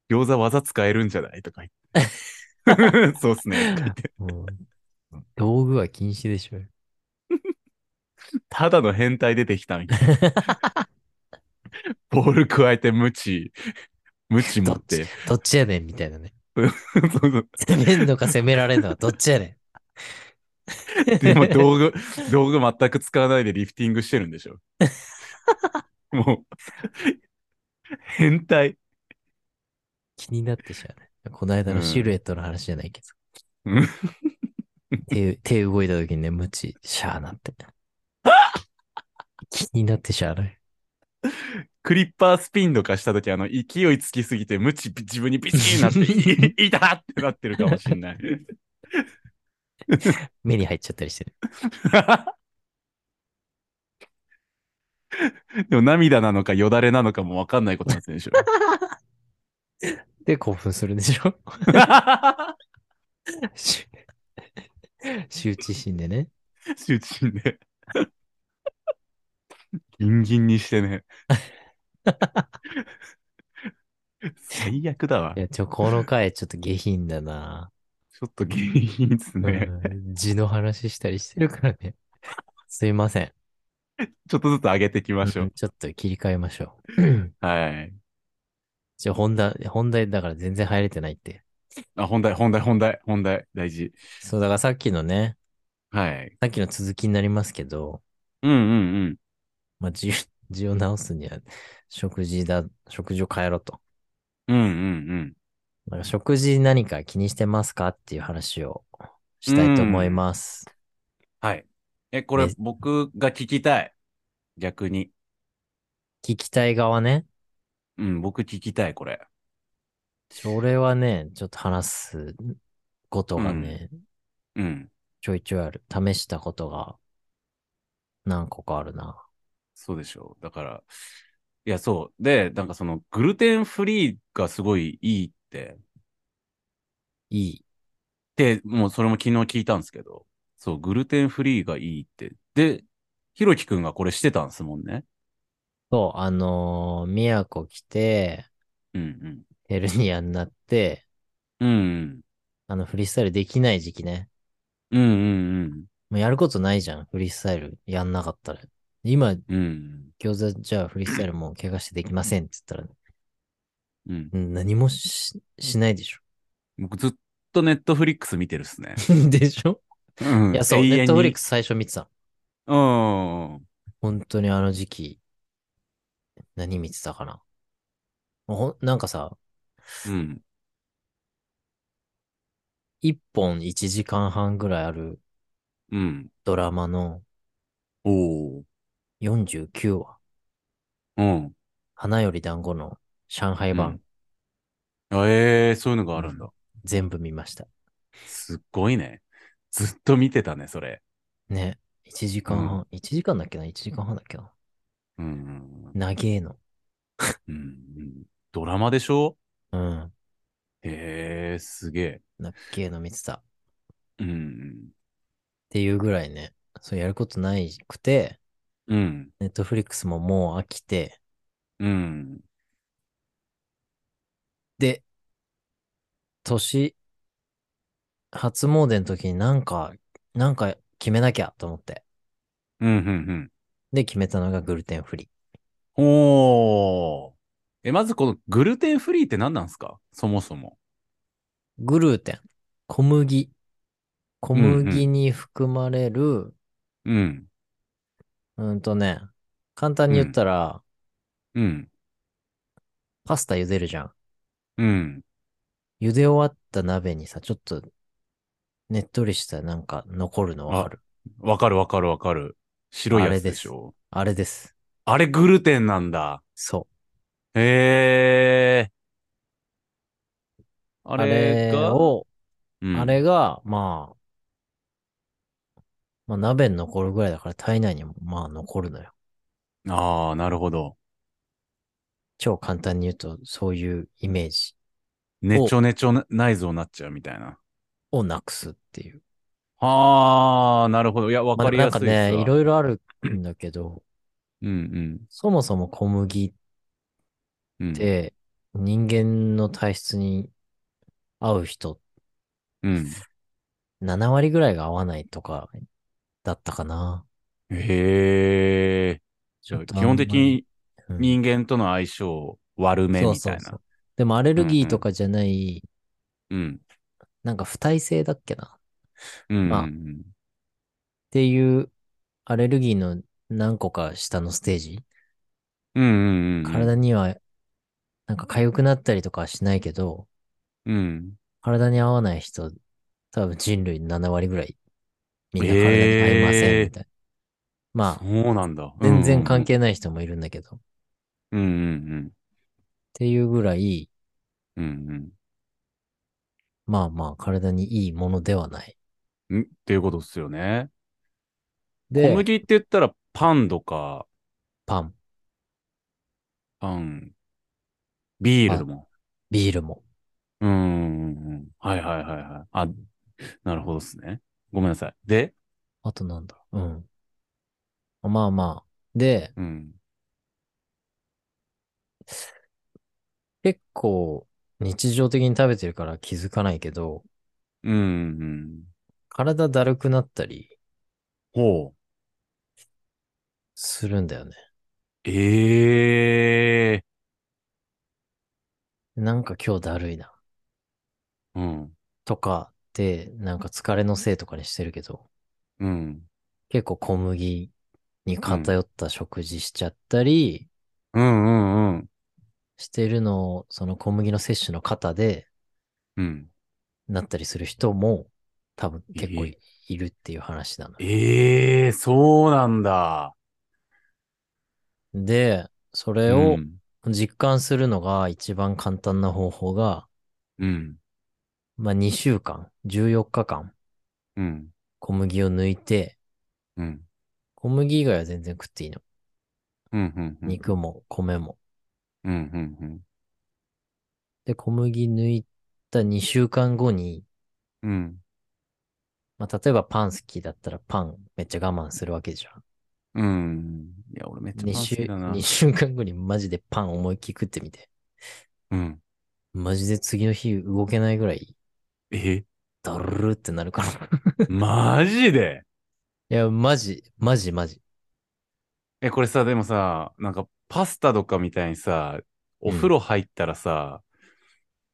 Speaker 2: 餃子技使えるんじゃないとか言って。そう (laughs) っすね。とか言って
Speaker 1: うん道具は禁止でしょ。
Speaker 2: ただの変態出てきたみたいな。ボール加えて無知、無知持って。
Speaker 1: どっちやねんみたいなね。
Speaker 2: (laughs) そうそう
Speaker 1: 攻めんのか攻められんのかどっちやねん。 (laughs)
Speaker 2: でも道具、 (laughs) 道具全く使わないでリフティングしてるんでしょ。もう、変態。
Speaker 1: 気になってしまうね。この間のシルエットの話じゃないけど。
Speaker 2: うん
Speaker 1: 手手動いた時にね、無知、シャーなって。気になってしゃあない。
Speaker 2: クリッパースピンとかした時あの、勢いつきすぎて、無知、自分にビチーなって、いいたってなってるかもしんない。 (laughs)
Speaker 1: 目に入っちゃったりしてる。
Speaker 2: でも涙なのかよだれなのかもわかんないことになってるでしょ。
Speaker 1: で、興奮するんでしょ (laughs) し羞恥心でね。
Speaker 2: 集中で。ギンギンにしてね。最悪だわ。
Speaker 1: い
Speaker 2: ち
Speaker 1: や、ちょ、この回ちょっと下品だな、
Speaker 2: ょっとギンギンですね。
Speaker 1: うん字の話したりしてるからね。すいません。
Speaker 2: ちょっとずつ上げていきましょ
Speaker 1: うん
Speaker 2: う。
Speaker 1: ちょっと切り替えましょう。
Speaker 2: はい。
Speaker 1: じゃあ本題、本題だから全然入れてないって。
Speaker 2: あ、本題、本題、本題、本題、大事。
Speaker 1: そう、だからさっきのね、
Speaker 2: はい。
Speaker 1: さっきの続きになりますけど、
Speaker 2: うんうんうん。
Speaker 1: まあ、字 (laughs) 字を直すには、食事だ、食事を変えろと。
Speaker 2: うんうん
Speaker 1: なんか食事何か気にしてますかっていう話をしたいと思います。
Speaker 2: うん。はい。え、これ
Speaker 1: ね
Speaker 2: 僕が聞きたい。逆に。
Speaker 1: 聞きたい側ね。
Speaker 2: うん、僕聞きたい、これ。
Speaker 1: それはね、ちょっと話すことがね、
Speaker 2: うん。
Speaker 1: ちょいちょいある。試したことが何個かあるな。
Speaker 2: そうでしょう。だから、いや、そう。で、なんかその、グルテンフリーがすごいいいって、
Speaker 1: いい。
Speaker 2: で、もうそれも昨日聞いたんですけど、そう、グルテンフリーがいいって。で、ひろきくんがこれしてたんですもんね。
Speaker 1: そう、あのー、宮古来て、
Speaker 2: うん
Speaker 1: ヘルニアになって、
Speaker 2: うん。うん
Speaker 1: あの、フリースタイルできない時期ね。
Speaker 2: うん。うんうんうん。
Speaker 1: もうやることないじゃん。フリースタイルやんなかったら。今、
Speaker 2: うん。
Speaker 1: 餃子じゃあフリースタイルもう怪我してできませんって言ったら、
Speaker 2: うん。
Speaker 1: うん何もししないでしょ。 (laughs)
Speaker 2: 僕ずっとネットフリックス見てるっすね。
Speaker 1: でしょ
Speaker 2: うん。
Speaker 1: いや、そう、
Speaker 2: 永遠に
Speaker 1: ネットフリックス最初見てた。
Speaker 2: うん。
Speaker 1: 本当にあの時期、何見てたかな。ほんなんかさ、
Speaker 2: うん。
Speaker 1: 一本1時間半ぐらいある
Speaker 2: うん。
Speaker 1: ドラマの
Speaker 2: おー。
Speaker 1: 49話、
Speaker 2: うん。
Speaker 1: 花より団子の上海版、
Speaker 2: あええそういうのがあるんだ。
Speaker 1: 全部見ました。
Speaker 2: すっごいね。ずっと見てたね、それ。
Speaker 1: ね、1時間半、1時間だっけな ?1 時間半だっけな
Speaker 2: うん。
Speaker 1: 長えの。
Speaker 2: うんうん、ドラマでしょ
Speaker 1: うん。
Speaker 2: へえすげ
Speaker 1: 長えの見てた。っ
Speaker 2: え。うん。
Speaker 1: ていうぐらいね、そうやることないくて、
Speaker 2: うん。
Speaker 1: ネットフリックスももう飽きて、
Speaker 2: うん。
Speaker 1: で、年、初詣の時になんか、なんか決めなきゃと思って。
Speaker 2: うん。うん。
Speaker 1: で、決めたのがグルテンフリー。
Speaker 2: うん。おー。え、まずこのグルテンフリーって何なんですかそもそも。
Speaker 1: グルテン。小麦。小麦に含まれる、うん
Speaker 2: うん。
Speaker 1: とね、簡単に言ったら、
Speaker 2: うん。
Speaker 1: パスタ茹でるじゃん。
Speaker 2: うん。
Speaker 1: 茹で終わった鍋にさ、ちょっと、ねっとりしたなんか残るのわかる。
Speaker 2: わかるわかるわかる。白い
Speaker 1: あ
Speaker 2: や
Speaker 1: れ
Speaker 2: つ
Speaker 1: で
Speaker 2: ですしょ
Speaker 1: あれです。
Speaker 2: あれグルテンなんだ。
Speaker 1: そ
Speaker 2: へえ
Speaker 1: う。
Speaker 2: あ
Speaker 1: あ
Speaker 2: れ
Speaker 1: れ
Speaker 2: が、
Speaker 1: を、
Speaker 2: うん
Speaker 1: あれが、まあ、まあ、鍋に残るぐらいだから体内にもまあ残るのよ。
Speaker 2: ああ、なるほど。
Speaker 1: 超簡単に言うと、そういうイメージ
Speaker 2: ねちょねちょ内臓になっちゃうみたいな。
Speaker 1: をなくすっていう。
Speaker 2: ああ、なるほど。いや、わ
Speaker 1: まあ
Speaker 2: かりやすいですわ
Speaker 1: なんかね、いろいろあるんだけど、
Speaker 2: うん
Speaker 1: そもそも小麦
Speaker 2: うん。うん
Speaker 1: って人間の体質に合う人
Speaker 2: うん。
Speaker 1: 7割ぐらいが合わないとかだったかな。
Speaker 2: へえ。じゃあ、基本的に
Speaker 1: うん
Speaker 2: 人間との相性悪めみたいな。
Speaker 1: でもアレルギーとかじゃない、
Speaker 2: うん。
Speaker 1: なんか不耐性だっけなっ
Speaker 2: うんうん
Speaker 1: まあ
Speaker 2: うん。
Speaker 1: ていうアレルギーの何個か下のステージ、
Speaker 2: うんうんうん。
Speaker 1: 体にはなんか痒くなったりとかはしないけど、
Speaker 2: うん。
Speaker 1: 体に合わない人、多分人類7割ぐらい、みんな体に合いませんみたいな。まあ、
Speaker 2: そうなんだ。
Speaker 1: 全然関
Speaker 2: 係。
Speaker 1: 係ない人もいるんだけど、っ
Speaker 2: うんうん
Speaker 1: ていうぐらい、
Speaker 2: うん。うん
Speaker 1: まあまあ、体にいいものではない。
Speaker 2: うん。んっていうことっすよね。
Speaker 1: で、
Speaker 2: 小麦って言ったらパンとか、
Speaker 1: パン、
Speaker 2: パン、ビールも。
Speaker 1: ビールも。
Speaker 2: うーん。はいはいはいはい。あ、なるほどですね。ごめんなさい。で、
Speaker 1: あとなんだろう。うん。まあまあ。で、
Speaker 2: うん。
Speaker 1: 結構日常的に食べてるから気づかないけど、
Speaker 2: うん、うん。
Speaker 1: 体だるくなったり
Speaker 2: ほう。
Speaker 1: するんだよね。
Speaker 2: ええ
Speaker 1: なんか今日だるいな。
Speaker 2: うん。
Speaker 1: とかって、なんか疲れのせいとかにしてるけど、
Speaker 2: うん。
Speaker 1: 結構小麦に偏った食事しちゃったり
Speaker 2: うんうんうん。
Speaker 1: してるのを、その小麦の摂取の方で
Speaker 2: うん。
Speaker 1: なったりする人も多分結構
Speaker 2: ええ
Speaker 1: いるっていう話なのよ。
Speaker 2: ええそうなんだ。
Speaker 1: で、それ
Speaker 2: う
Speaker 1: を
Speaker 2: ん。
Speaker 1: 実感するのが一番簡単な方法が、
Speaker 2: うん。
Speaker 1: まあ、2週間、14日間、
Speaker 2: うん。
Speaker 1: 小麦を抜いて、
Speaker 2: うん。
Speaker 1: 小麦以外は全然食っていいの。
Speaker 2: うん。うん。うん。
Speaker 1: 肉も米も。
Speaker 2: うん。うん。
Speaker 1: で、小麦抜いた2週間後に、
Speaker 2: うん。
Speaker 1: まあ、例えばパン好きだったらパンめっちゃ我慢するわけじゃん。
Speaker 2: うん。いや、俺めっち
Speaker 1: 2
Speaker 2: ゃパン好
Speaker 1: 週、
Speaker 2: きだな
Speaker 1: 2。週間後にマジでパン思いっきり食ってみて。
Speaker 2: うん。
Speaker 1: マジで次の日動けないぐらい、
Speaker 2: え、
Speaker 1: だるるってなるから。 (laughs) い
Speaker 2: マジで
Speaker 1: や、マジ、マジマジ。
Speaker 2: え、これさ、でもさ、なんかパスタとかみたいにさ、お風呂入ったらさ、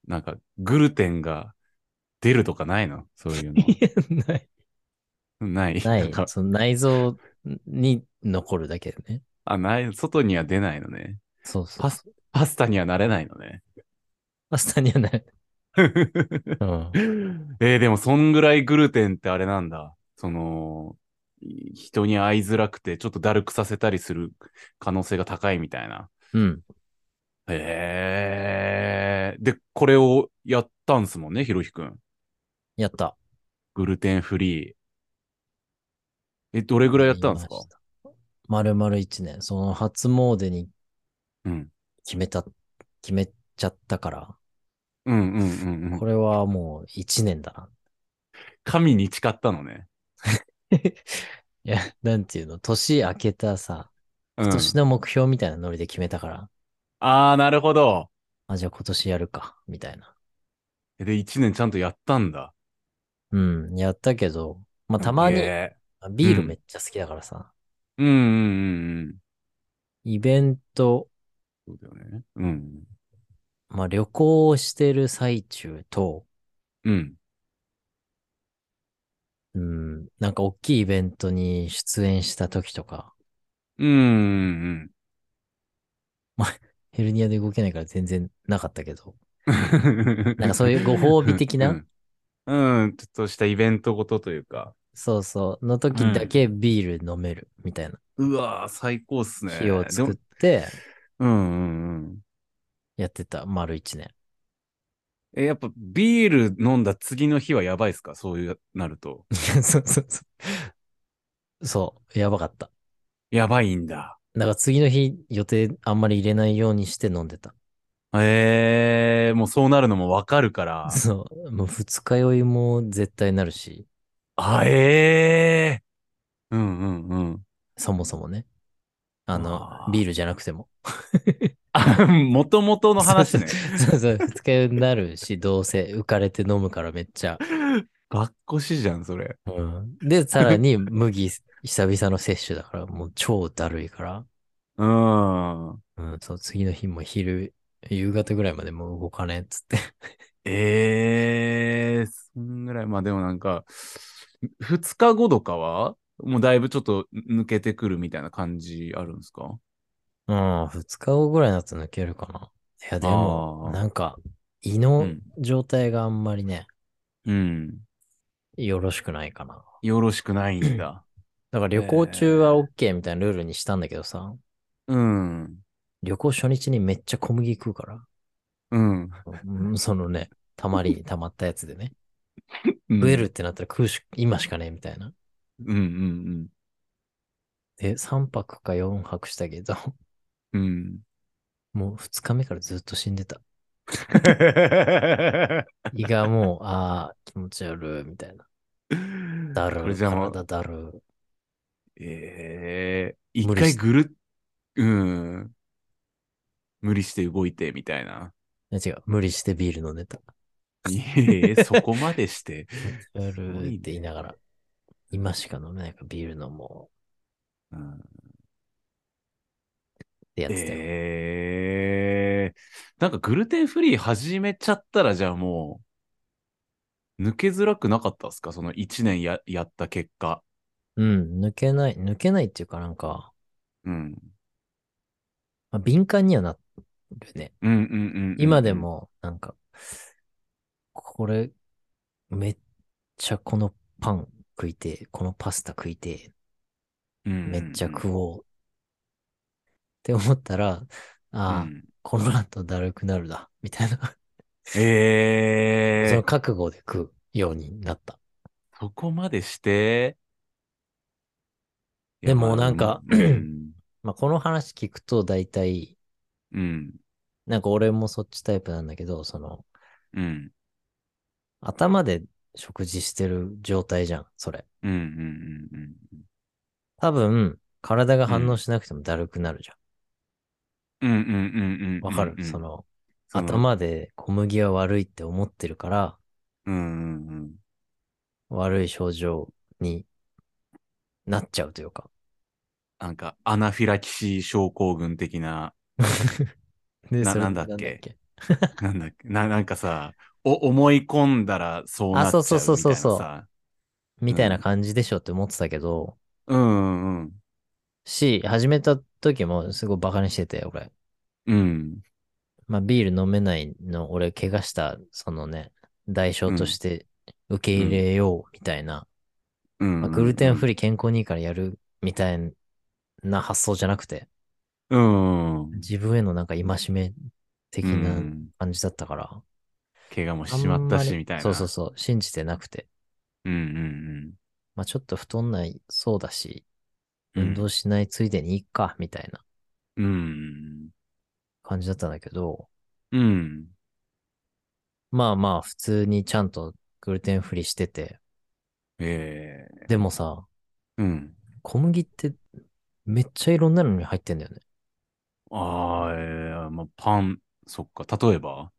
Speaker 2: なんかグルテンが出るとかないのそういうの。
Speaker 1: いや (laughs) ない。
Speaker 2: ない。
Speaker 1: な
Speaker 2: なん
Speaker 1: い
Speaker 2: か。
Speaker 1: その内臓に残るだけでね。
Speaker 2: あ、ない。外には出ないのね。
Speaker 1: そうそう。
Speaker 2: パス、パスタにはなれないのね。
Speaker 1: パスタにはない。うん。
Speaker 2: (laughs) えーでもそんぐらいグルテンってあれなんだ。その、い人に会いづらくて、ちょっとだるくさせたりする可能性が高いみたいな。
Speaker 1: うん。
Speaker 2: へえ。で、これをやったんすもんね、ひろひくん。
Speaker 1: やった。
Speaker 2: グルテンフリー。え、どれぐらいやったんですか
Speaker 1: やりました丸々1年。その初詣に
Speaker 2: うん。
Speaker 1: 決めた、決めちゃったから、
Speaker 2: うんうんうんうん
Speaker 1: こ。れはもう1年だな。
Speaker 2: 神に誓ったのね。
Speaker 1: (laughs) いや、なんていうの、年明けたさ、
Speaker 2: うん
Speaker 1: 今年の目標みたいなノリで決めたから、
Speaker 2: ああ、なるほど。
Speaker 1: あ、じゃあ今年やるか、みたいな。
Speaker 2: で、一年ちゃんとやったんだ。
Speaker 1: うん、やったけど、まあたまに、
Speaker 2: へ
Speaker 1: ビール
Speaker 2: うん
Speaker 1: めっちゃ好きだからさ、
Speaker 2: ーうんうんうんうん。
Speaker 1: イベント、
Speaker 2: そうだよね。うん。
Speaker 1: まあ旅行をしてる最中と、
Speaker 2: うん。
Speaker 1: うん、なんか大きいイベントに出演した時とか、
Speaker 2: うんうんうん。
Speaker 1: ヘルニアで動けないから全然なかったけど、 (laughs) なんかそういうご褒美的な
Speaker 2: うん、うんちょっとしたイベントごとというか。
Speaker 1: そうそう、の時だけビール飲めるみたいな
Speaker 2: うわー最高っすね。
Speaker 1: 日を作っ
Speaker 2: でも
Speaker 1: て
Speaker 2: うんうんうん。
Speaker 1: やってた、丸一年。 (laughs)
Speaker 2: え、やっぱビール飲んだ次の日はやばいっすかそういう、なると。 (laughs)
Speaker 1: そうそうそう。そう、やばかった。
Speaker 2: やばいんだ。
Speaker 1: だから次の日予定あんまり入れないようにして飲んでた。
Speaker 2: えー、もうそうなるのもわかるから。
Speaker 1: そう、もう二日酔いも絶対なるし、
Speaker 2: あ、えー。うんうんうん。
Speaker 1: そもそもね。あの
Speaker 2: あ、ー
Speaker 1: ビールじゃなくても。
Speaker 2: あ、 (laughs) もともとの話
Speaker 1: (laughs)
Speaker 2: ね。
Speaker 1: そうそう、二日酔いになるし、どうせ浮かれて飲むからめっちゃ。
Speaker 2: ばっこしじゃん、それ。
Speaker 1: うん、で、さら
Speaker 2: (laughs)
Speaker 1: に麦、久々の摂取だから、もう超だるいから。
Speaker 2: うん。
Speaker 1: うん、そう、次の日も昼、夕方ぐらいまでもう動かねえっつって。
Speaker 2: ええそんぐらい。まあでもなんか、2日後とかは、もうだいぶちょっと抜けてくるみたいな感じあるんですか
Speaker 1: うん、二日後ぐらいだと抜けるかな。いや、でも
Speaker 2: あ、ー
Speaker 1: なんか、胃
Speaker 2: う
Speaker 1: の
Speaker 2: ん。
Speaker 1: 状態があんまりね、
Speaker 2: うん。
Speaker 1: よろしくないかな。
Speaker 2: よろしくないんだ。
Speaker 1: だから旅行中は OK みたいなルールにしたんだけどさ、
Speaker 2: うん。
Speaker 1: 旅行初日にめっちゃ小麦食うから、
Speaker 2: うん。
Speaker 1: うん、そのね、たま
Speaker 2: (laughs)
Speaker 1: りにたまったやつでね、
Speaker 2: うん
Speaker 1: 食えるってなったら食うし、今しかねえみたいな。
Speaker 2: うんうん
Speaker 1: で、3泊か4泊したけど、
Speaker 2: うん。うん。
Speaker 1: もう2日目からずっと死んでた。胃がも
Speaker 2: (laughs)
Speaker 1: う、ああ、気持ち悪い、みたいな。だる
Speaker 2: こ
Speaker 1: ー、
Speaker 2: れじゃあもう、
Speaker 1: 体だるー。
Speaker 2: ええ一
Speaker 1: 無理
Speaker 2: 回
Speaker 1: して
Speaker 2: ぐるっ、うん。無理して動いてみた
Speaker 1: (laughs)
Speaker 2: いな。
Speaker 1: いや違う、無理してビール飲んでた。
Speaker 2: ええそこまでして。
Speaker 1: や
Speaker 2: すご
Speaker 1: る
Speaker 2: い
Speaker 1: っ
Speaker 2: ね
Speaker 1: て言いながら、今しか飲めないからビール飲も
Speaker 2: うん
Speaker 1: うってやってたよ。
Speaker 2: ええなんかグルテンフリー始めちゃったらじゃあもう、抜けづらくなかったですかその1年ややった結果。
Speaker 1: うん、抜けない、抜けないっていうかなんか、
Speaker 2: うん。
Speaker 1: まあ、敏感にはなるね。
Speaker 2: うんうんうん、うん。
Speaker 1: 今で。も、なんか、これ、めっちゃこのパン食いてえ、このパスタ食いてえ、めっちゃ食おう。って思ったら、
Speaker 2: うん
Speaker 1: ああ、この後だるくなる (laughs) だ、みたいな。
Speaker 2: え
Speaker 1: そ
Speaker 2: え
Speaker 1: の覚悟で食うようになった。
Speaker 2: そこまでして。いや
Speaker 1: でもなんか
Speaker 2: まあうん。
Speaker 1: まあ、この話聞くと大体、
Speaker 2: うん。
Speaker 1: なんか俺もそっちタイプなんだけど、その、
Speaker 2: うん。
Speaker 1: 頭で食事してる状態じゃん、それ。
Speaker 2: うん。うん。うんうん。
Speaker 1: 多分、体が反応しなくてもだるくなるじゃ
Speaker 2: うん。うん。うんうんう
Speaker 1: ん。
Speaker 2: ん。
Speaker 1: わかる、
Speaker 2: うん
Speaker 1: そ、の、
Speaker 2: その。
Speaker 1: 頭で小麦は悪いって思ってるから、
Speaker 2: うん。うん。うん。
Speaker 1: 悪い症状になっちゃうというか。 (laughs)
Speaker 2: なんか、アナフィラキシー症候群的な、
Speaker 1: で、
Speaker 2: な
Speaker 1: それ
Speaker 2: なんだっけなんだっけな、なんかさ、お思い込んだらそうなっちゃうみたいなさ。
Speaker 1: あそうそうそうそうそうみたいな感じでしょって思ってたけど、
Speaker 2: うんうんうん。
Speaker 1: し、始めた時もすごいバカにしてて、俺。
Speaker 2: うん。
Speaker 1: まあ、ビール飲めないの、俺、怪我した、そのね、代償として受け入れよう、みたいな。
Speaker 2: うん
Speaker 1: まあ、グルテンフ
Speaker 2: リ
Speaker 1: リー健康にいいからやる、みたいな発想じゃなくて、
Speaker 2: ー。うんうん。
Speaker 1: 自分へのなんか戒め的
Speaker 2: う
Speaker 1: なん感じだったから。
Speaker 2: 怪我もし
Speaker 1: あん
Speaker 2: ちまったし、
Speaker 1: り
Speaker 2: みたいな。
Speaker 1: そうそうそう、信じてなくて。
Speaker 2: う。うん
Speaker 1: まあ、ちょっと太んないそうだし、
Speaker 2: うんうん。
Speaker 1: 運動しないついでにいっか、みたいな
Speaker 2: うん。
Speaker 1: 感じだったんだけど、
Speaker 2: うん。
Speaker 1: まあまあ、普通にちゃんとグルテンフリーしてて、
Speaker 2: ええ
Speaker 1: でもさ、
Speaker 2: うん。
Speaker 1: 小麦ってめっちゃいろんなのに入ってんだよね。
Speaker 2: ああ、ええまあ、パン、そっか。例えば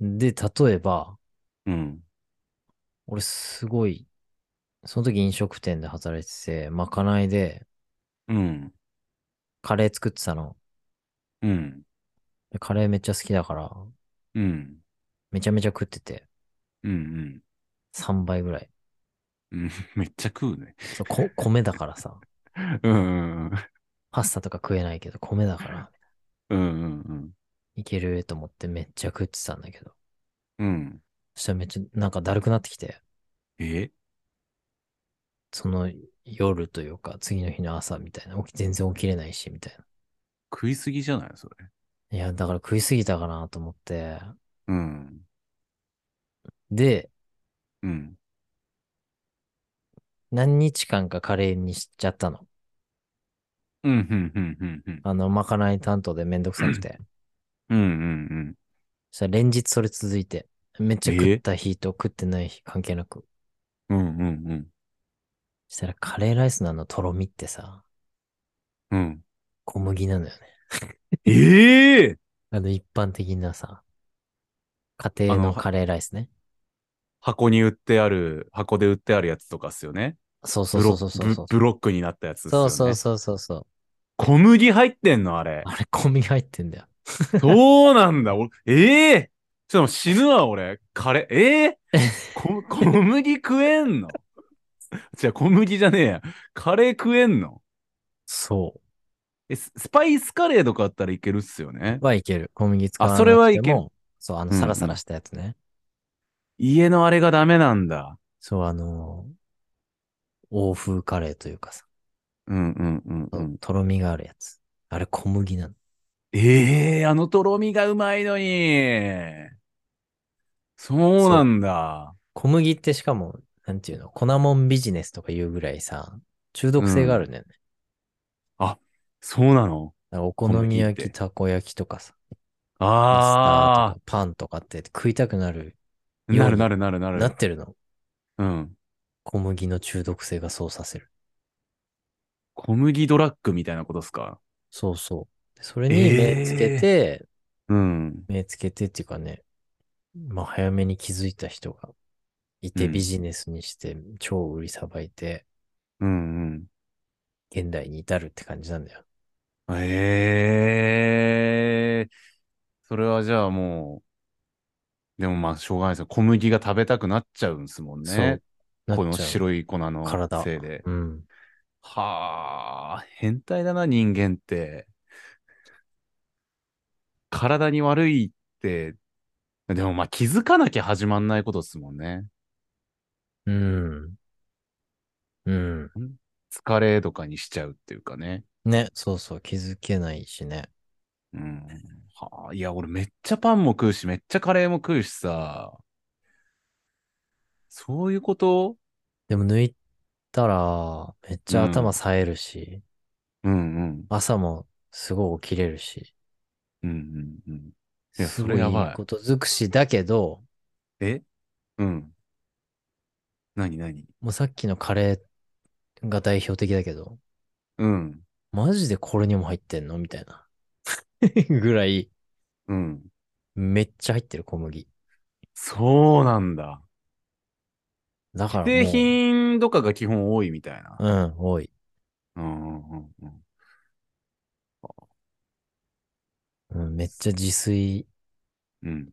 Speaker 1: で、例えば、
Speaker 2: うん。
Speaker 1: 俺すごい、その時飲食店で働いてて、まかないで
Speaker 2: うん。
Speaker 1: カレー作ってたの。
Speaker 2: うん。
Speaker 1: でカレーめっちゃ好きだから、
Speaker 2: うん。
Speaker 1: めちゃめちゃ食ってて、
Speaker 2: うん。うん。
Speaker 1: 3倍ぐらい。
Speaker 2: うんめっちゃ食うね。
Speaker 1: そうこ (laughs) 米だからさ、
Speaker 2: うんうん
Speaker 1: パスタとか食えないけど、米だから、
Speaker 2: うん。うんうん
Speaker 1: いけると思ってめっちゃ食ってたんだけど、
Speaker 2: うん。うん。
Speaker 1: そしたらめっちゃなんかだるくなってきて、
Speaker 2: え
Speaker 1: その夜というか、次の日の朝みたいな、起き全然起きれないし、みたいな。
Speaker 2: 食いすぎじゃないそれ。
Speaker 1: いや、だから食いすぎたかなと思って、
Speaker 2: うん。
Speaker 1: で、
Speaker 2: うん。
Speaker 1: 何日間かカレーにしちゃったの。
Speaker 2: うん、うん、うん、うん、うん。
Speaker 1: あの、まかない担当でめんどくさく
Speaker 2: (clears throat)
Speaker 1: て。
Speaker 2: うん、うん、
Speaker 1: そしたら連日それ続いて。めっちゃ食った日と食ってない日関係なく。
Speaker 2: うん。うん、うん、
Speaker 1: そしたらカレーライスのあのとろみってさ、
Speaker 2: うん。うん。
Speaker 1: 小麦なのよね。
Speaker 2: ええ
Speaker 1: あの一般的なさ、家庭
Speaker 2: あ
Speaker 1: の
Speaker 2: の
Speaker 1: カレーライスね。
Speaker 2: 箱に売ってある、箱で売ってあるやつとかっすよね。
Speaker 1: そうそ
Speaker 2: ブ
Speaker 1: うそ
Speaker 2: ロ
Speaker 1: うそう
Speaker 2: ッ
Speaker 1: そう
Speaker 2: ク
Speaker 1: そう。
Speaker 2: ブブロックになったやつっすよ
Speaker 1: そ
Speaker 2: ね。
Speaker 1: うそうそうそうそう。
Speaker 2: 小麦入ってんのあれ。
Speaker 1: あれ小麦入ってんだよ。
Speaker 2: そうなんだ。俺ええちょっと死ぬわ、俺。カレー、ええこ小麦食えんの違う、小麦じゃねえや。カレー食えんの
Speaker 1: そ
Speaker 2: え、ススパイスカレーとかあったらいけるっすよね
Speaker 1: う。。はいける。小麦使わなく
Speaker 2: あ
Speaker 1: て
Speaker 2: そ
Speaker 1: も。
Speaker 2: れはいけ
Speaker 1: そう、あの
Speaker 2: うん
Speaker 1: サラサラしたやつね。
Speaker 2: 家のあれがダメなんだ。
Speaker 1: そう、あのー、欧風カレーというかさ。
Speaker 2: うんうんうんうん。
Speaker 1: とろみがあるやつ。あれ小麦なの。
Speaker 2: ええあのとろみがうまいのに。そうなんだ。
Speaker 1: 小麦ってしかも、なんていうの、粉もんビジネスとか言うぐらいさ、中毒性があるんだよね。
Speaker 2: そうなの
Speaker 1: だからお好み焼き、たこ焼きとかさ、パスタ
Speaker 2: あ
Speaker 1: とかパンとかって食いたくなる、
Speaker 2: あ、なるなるなるなる。
Speaker 1: なってるの。
Speaker 2: うん。
Speaker 1: 小麦の中毒性がそうさせる。
Speaker 2: 小麦ドラッグみたいなことですか
Speaker 1: そうそう。でそれに目つけて、
Speaker 2: うん。
Speaker 1: 目つけてっていうかね、まあ早めに気づいた人がいて
Speaker 2: うん
Speaker 1: ビジネスにして超売りさばいて、
Speaker 2: うん
Speaker 1: 現代に至るって感じなんだよ。
Speaker 2: うん。ええそれはじゃあもう、でもまあしょうがないですよ。小麦が食べたくなっちゃうんですもんね。
Speaker 1: なっ
Speaker 2: この
Speaker 1: ちゃう。
Speaker 2: 白い粉の
Speaker 1: 体
Speaker 2: せいで。
Speaker 1: うん。
Speaker 2: はあ、変態だな、人間って。体に悪いって、でもまあ気づかなきゃ始まんないことですもんね。
Speaker 1: うん。うん。
Speaker 2: 疲れとかにしちゃうっていうかね。
Speaker 1: ね、そうそう、気づけないしね。
Speaker 2: うん。はあ、いや、俺めっちゃパンも食うし、めっちゃカレーも食うしさ。そういうこと
Speaker 1: でも抜いたら、めっちゃ
Speaker 2: うん
Speaker 1: 頭冴えるし、
Speaker 2: うん
Speaker 1: 朝もすごい起きれるし、
Speaker 2: うん。うんうんうん。いや
Speaker 1: す
Speaker 2: そ
Speaker 1: ご
Speaker 2: れ
Speaker 1: い
Speaker 2: やばい
Speaker 1: いいこと尽くしだけど、
Speaker 2: えうん。なになに
Speaker 1: もうさっきのカレーが代表的だけど、
Speaker 2: うん。
Speaker 1: マジでこれにも入ってんのみたいな。 (laughs) ぐらい、
Speaker 2: うん。
Speaker 1: めっちゃ入ってる小麦。
Speaker 2: そうなんだ。
Speaker 1: だからもう、
Speaker 2: 製品とかが基本多いみたいな。
Speaker 1: うん、多い。
Speaker 2: うんうんうん。
Speaker 1: めっちゃ自炊
Speaker 2: うん。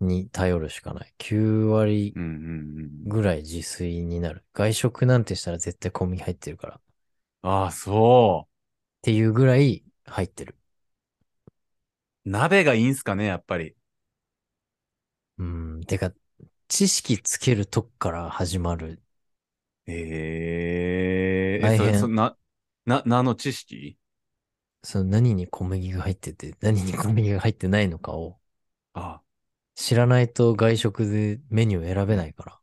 Speaker 1: に頼るしかない。9割
Speaker 2: うんうんうん。
Speaker 1: ぐらい自炊になる。外食なんてしたら絶対小麦入ってるから。っ
Speaker 2: ああ、そ
Speaker 1: ていうぐらい入ってる。
Speaker 2: う。鍋がいいんすかね、やっぱり。
Speaker 1: うん。てか、知識つけるとこから始まる。
Speaker 2: ええー。
Speaker 1: 大
Speaker 2: え、そ
Speaker 1: 変
Speaker 2: れ、そな、な、何の知識
Speaker 1: その何に小麦が入ってて、何に小麦が入ってないのかを
Speaker 2: ああ、
Speaker 1: 知らないと外食でメニュー選べないから。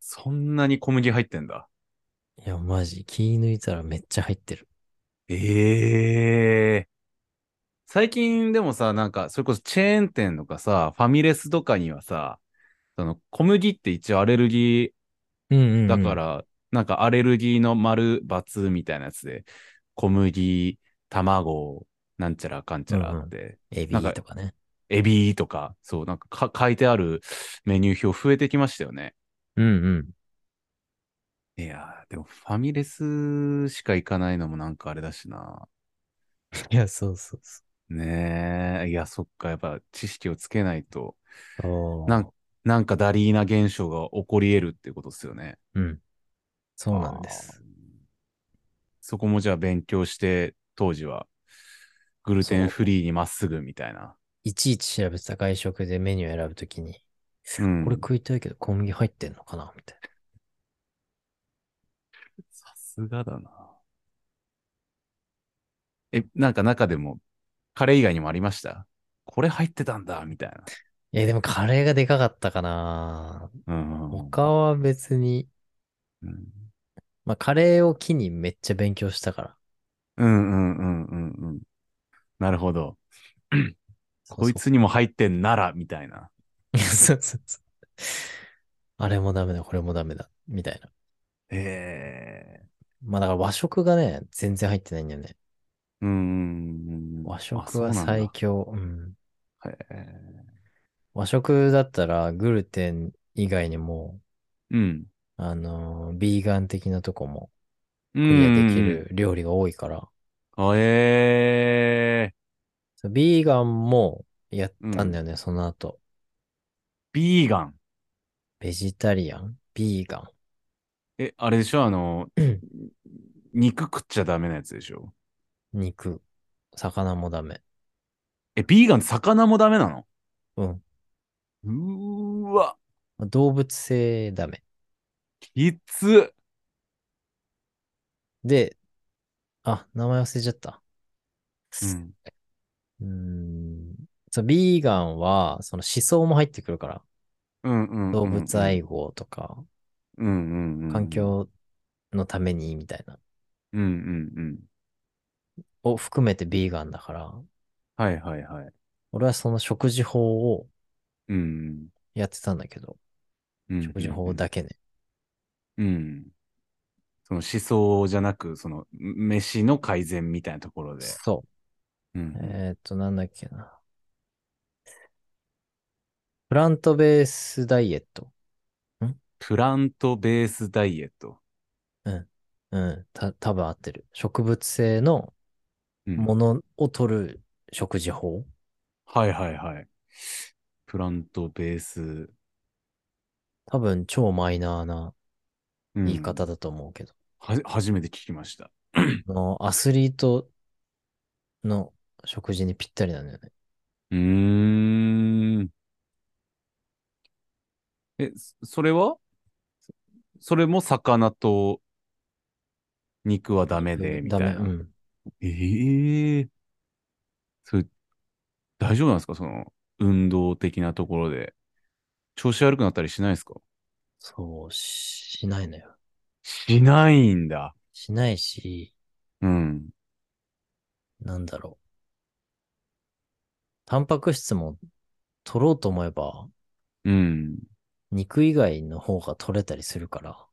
Speaker 2: そんなに小麦入ってんだ。
Speaker 1: いや、マジ、気抜いたらめっちゃ入ってる。
Speaker 2: ええ最近でもさ、なんか、それこそチェーン店とかさ、ファミレスとかにはさ、その小麦って一応アレルギ
Speaker 1: うんうん、うん。
Speaker 2: ーだか。ら、なんかアレルギーの丸、バツみたいなやつで、小麦、卵、なんちゃらかんちゃらって、
Speaker 1: エビ
Speaker 2: なんか
Speaker 1: とかね。
Speaker 2: エビとか、そう、なんかか書いてあるメニュー表増えてきましたよね。
Speaker 1: うんうん。
Speaker 2: いやー、でもファミレスしか行かないのもなんかあれだしな。
Speaker 1: いや、そうそうそ
Speaker 2: ねえ、いや、そっか、やっぱ知識をつけないと、
Speaker 1: う。おー
Speaker 2: なんなんかダリーナ現象が起こり得るってことですよね。
Speaker 1: うん。そうなんです。
Speaker 2: あー。そこもじゃあ勉強して、当時は、グルテンフリーにまっすぐみたいな。
Speaker 1: いちいち調べてた外食でメニュー選ぶときに、
Speaker 2: うん
Speaker 1: これ食いたいけど小麦入ってんのかなみたい
Speaker 2: さすがだな。え、なんか中でも、カレー以外にもありましたこれ入ってたんだ、みたい
Speaker 1: な。え、でもカレーがでかかったかな
Speaker 2: な。うんうんうん。
Speaker 1: 他は別に、
Speaker 2: うん
Speaker 1: まあカレーを機にめっちゃ勉強したから。
Speaker 2: うんうんうんうんうん。なるほど。
Speaker 1: そうそう
Speaker 2: こいつにも入ってんなら、みたいな。
Speaker 1: いやそうそうそう。あれもダメだ、これもダメだ、みたいな。
Speaker 2: ええ
Speaker 1: まあだから和食がね、全然入ってないんだよね。
Speaker 2: ー。うん。
Speaker 1: 和食は
Speaker 2: あそうなん
Speaker 1: 最
Speaker 2: だ
Speaker 1: 強。うん
Speaker 2: へえ
Speaker 1: 和食だったらグルテン以外にも、
Speaker 2: うん。
Speaker 1: あのー、ビーガン的なとこも
Speaker 2: う
Speaker 1: クリア
Speaker 2: ん。
Speaker 1: できる料理が多いから、
Speaker 2: あ。ええー。
Speaker 1: そうビーガンもやったんだよね、その後。
Speaker 2: ビーガン。
Speaker 1: ベジタリアンビーガン。
Speaker 2: え、あれでしょあの
Speaker 1: うん、
Speaker 2: 肉食っちゃダメなやつでしょ
Speaker 1: 肉。魚もダメ。
Speaker 2: え、ビーガンって魚もダメなの
Speaker 1: うん。
Speaker 2: うーわ、
Speaker 1: まあ動物性ダメ。
Speaker 2: きつ
Speaker 1: で、あ、名前忘れちゃった。
Speaker 2: うん。
Speaker 1: うーん。そう、ビーガンは、その思想も入ってくるから、
Speaker 2: うんうんうんうん。
Speaker 1: 動物愛護とか、
Speaker 2: うんうんうん。
Speaker 1: 環。境のためにみたいな、
Speaker 2: うんうんうん。
Speaker 1: を含めてビーガンだから、
Speaker 2: はいはいはい。
Speaker 1: 俺はその食事法を
Speaker 2: うん
Speaker 1: やってたんだけど、
Speaker 2: うん。うん
Speaker 1: 食事法だけね。
Speaker 2: うん。その思想じゃなく、その、飯の改善みたいなところで。
Speaker 1: そうう。
Speaker 2: ん。
Speaker 1: えーっと、なんだっけな。プラントベースダイエット。
Speaker 2: プラントベースダイエット。
Speaker 1: うん、た、多分合ってる。植物性の
Speaker 2: うん
Speaker 1: ものを取る食事法。
Speaker 2: はいはいはい。プラントベース。
Speaker 1: 多分超マイナーな
Speaker 2: うん
Speaker 1: 言い方だと思うけど、
Speaker 2: はじ。初めて聞きました。
Speaker 1: あのアスリートの食事にぴったりなんだよね。
Speaker 2: うーん。え、そそれはそそれも魚と肉はダメで、みた
Speaker 1: ダメ。
Speaker 2: いな。
Speaker 1: うん。
Speaker 2: ええそれ、大丈夫なんですかその、運動的なところで。調子悪くなったりしないですか
Speaker 1: そう、ししないのよ。
Speaker 2: しないんだ。
Speaker 1: しないし、
Speaker 2: うん。
Speaker 1: なんだろう。タンパク質も取ろうと思えば、
Speaker 2: うん。
Speaker 1: 肉以外の方が取れたりするから。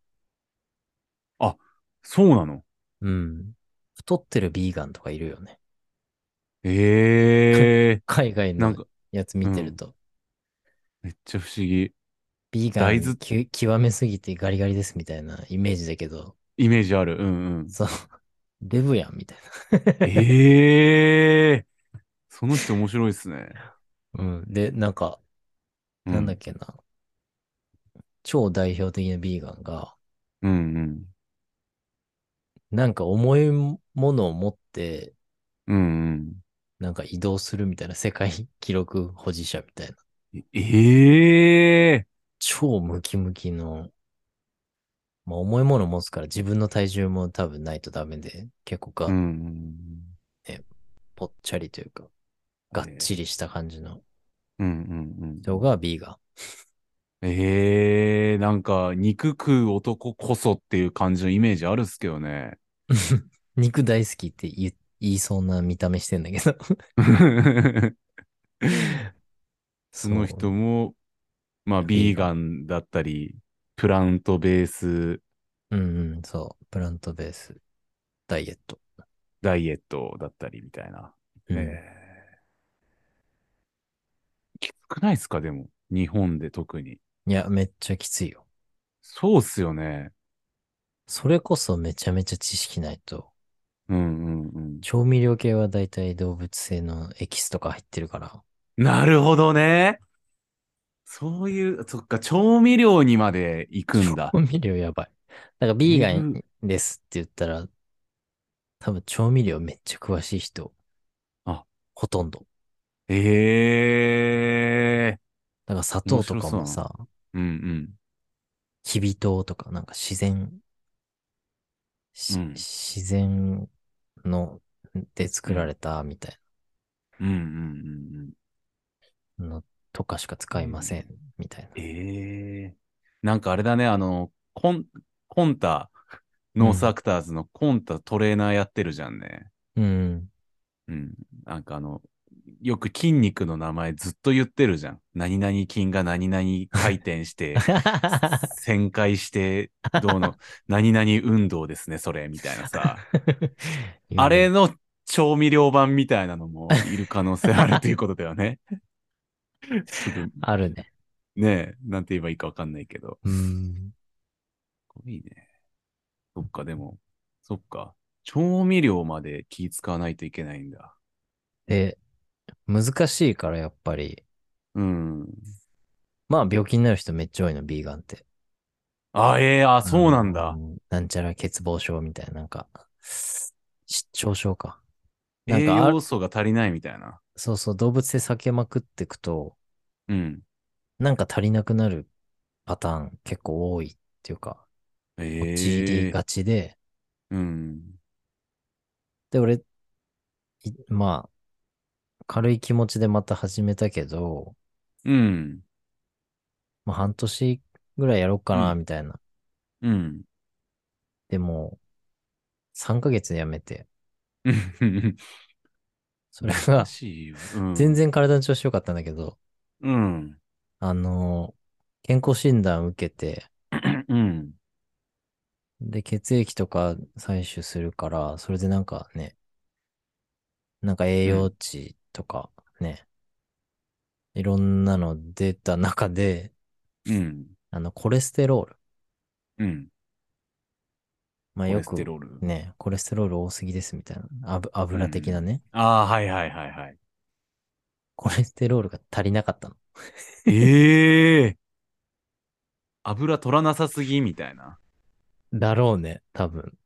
Speaker 2: そうなの
Speaker 1: うん。太ってるビーガンとかいるよね。 (laughs)
Speaker 2: ええ
Speaker 1: 海外
Speaker 2: なん
Speaker 1: の
Speaker 2: か、
Speaker 1: やつ見てると。
Speaker 2: めっちゃ不思議。
Speaker 1: ビーガ
Speaker 2: 大
Speaker 1: ン
Speaker 2: 豆
Speaker 1: き極めすぎてガリガリですみたいなイメージだけど、 (laughs)
Speaker 2: イメージある。うんうん。
Speaker 1: そう。デブやん、みたい
Speaker 2: ええその人面白いですね。
Speaker 1: な。うん。で、なんか、
Speaker 2: う
Speaker 1: なんだっけな。超代表的なビーガンが、
Speaker 2: うんうん。
Speaker 1: なんか重いものを持って、
Speaker 2: うん
Speaker 1: なんか移動するみたいな世界記録保持者みたいな。
Speaker 2: うん。ええ
Speaker 1: 超ムキムキの、まあ重いもの持つから自分の体重も多分ないとダメで、結構
Speaker 2: うんう
Speaker 1: が
Speaker 2: ん
Speaker 1: ぽっちゃりというか、がっちりした感じの
Speaker 2: うん。うんうんうん。
Speaker 1: 人がビーガン。
Speaker 2: ええなんか、肉食う男こそっていう感じのイメージあるっすけどね。 (laughs)
Speaker 1: (laughs) 肉大好きって言言いそうな見た目してんだけど。
Speaker 2: (laughs) その人も、まあ、ビーガンだったり、プラントベース
Speaker 1: うんうん、そう。プラントベース、ダイエット。
Speaker 2: ダイエットだったりみたいな。
Speaker 1: うん
Speaker 2: ええきつくないですか、でも。日本で特に。
Speaker 1: いや、めっちゃきついよ。
Speaker 2: そうっすよね。
Speaker 1: それこそめちゃめちゃ知識ないと。
Speaker 2: うんうんうん。
Speaker 1: 調味料系は大体動物性のエキスとか入ってるから。
Speaker 2: なるほどね。そういう、そっか、調味料にまで行くんだ
Speaker 1: 調。味料やばい。だからビーガ
Speaker 2: う
Speaker 1: ンですって言ったら、多分調味料めっちゃ詳しい人。
Speaker 2: あ
Speaker 1: ほとんど。
Speaker 2: ええ
Speaker 1: だから砂糖とかも
Speaker 2: 面白そう
Speaker 1: さ、
Speaker 2: うんうん。
Speaker 1: きび糖とか、なんか自然、し
Speaker 2: うん
Speaker 1: 自然ので作られたみたい
Speaker 2: うんうんうんうん。
Speaker 1: なのとかしか使いません、みたいな。
Speaker 2: ええなんかあれだね、あの、コン、コンタ、ノースアクターズのコンタトレーナーやってるじゃんね。
Speaker 1: うん。
Speaker 2: うん。なんかあの、よく筋肉の名前ずっと言ってるじゃん。何々筋が何々回転して、 (laughs) 旋回して、どう (laughs) の、何々運動ですね、それ、みたいなさ。 (laughs) あれの調味料版みたいなのもいる可能性あるということだよ (laughs) ね。ちょっと
Speaker 1: あるね。
Speaker 2: ねえ、なんて言えばいいかわかんないけど。
Speaker 1: うん。
Speaker 2: すごいね。そっか、でも、そっか。調味料まで気使わないといけないんだ。
Speaker 1: で、難しいからやっぱり、
Speaker 2: うん。
Speaker 1: まあ病気になる人めっちゃ多いの、ビーガンって。
Speaker 2: あ、ええあ、そうなんだ。
Speaker 1: う。なんちゃら欠乏症みたいな、なんか、失調症か。なん
Speaker 2: 栄
Speaker 1: かある
Speaker 2: 養素が足りないみたいな。
Speaker 1: そうそう、動物性避けまくってくと、
Speaker 2: うん。
Speaker 1: なんか足りなくなるパターン結構多いっていうか、
Speaker 2: ええ
Speaker 1: 陥りがちで、
Speaker 2: うん。
Speaker 1: で、俺、いまあ、軽い気持ちでまた始めたけど、
Speaker 2: うん。
Speaker 1: まあ半年ぐらいやろうかな、
Speaker 2: うん
Speaker 1: みたいな。
Speaker 2: うん。
Speaker 1: でも、3ヶ月でやめて、それ
Speaker 2: ら
Speaker 1: (laughs) が、
Speaker 2: しいよ。うん。
Speaker 1: 全然体の調子良かったんだけど、
Speaker 2: うん。
Speaker 1: あのー健康診断受けて、
Speaker 2: うん。
Speaker 1: で、血液とか採取するから、それでなんかね、なんか栄養値とかね、いろんなの出た中で、
Speaker 2: うん。
Speaker 1: あの、コレステロール。
Speaker 2: うん。
Speaker 1: まあ
Speaker 2: コ
Speaker 1: よ
Speaker 2: レス
Speaker 1: く
Speaker 2: テロール。
Speaker 1: ね、コレステロール多すぎですみたいな。油油的なね、
Speaker 2: ああ、はいはいは
Speaker 1: (laughs)
Speaker 2: いはい。
Speaker 1: コレステロールが足りなかったの。
Speaker 2: ええ油取らなさすぎみたいな。
Speaker 1: だろうね、多分。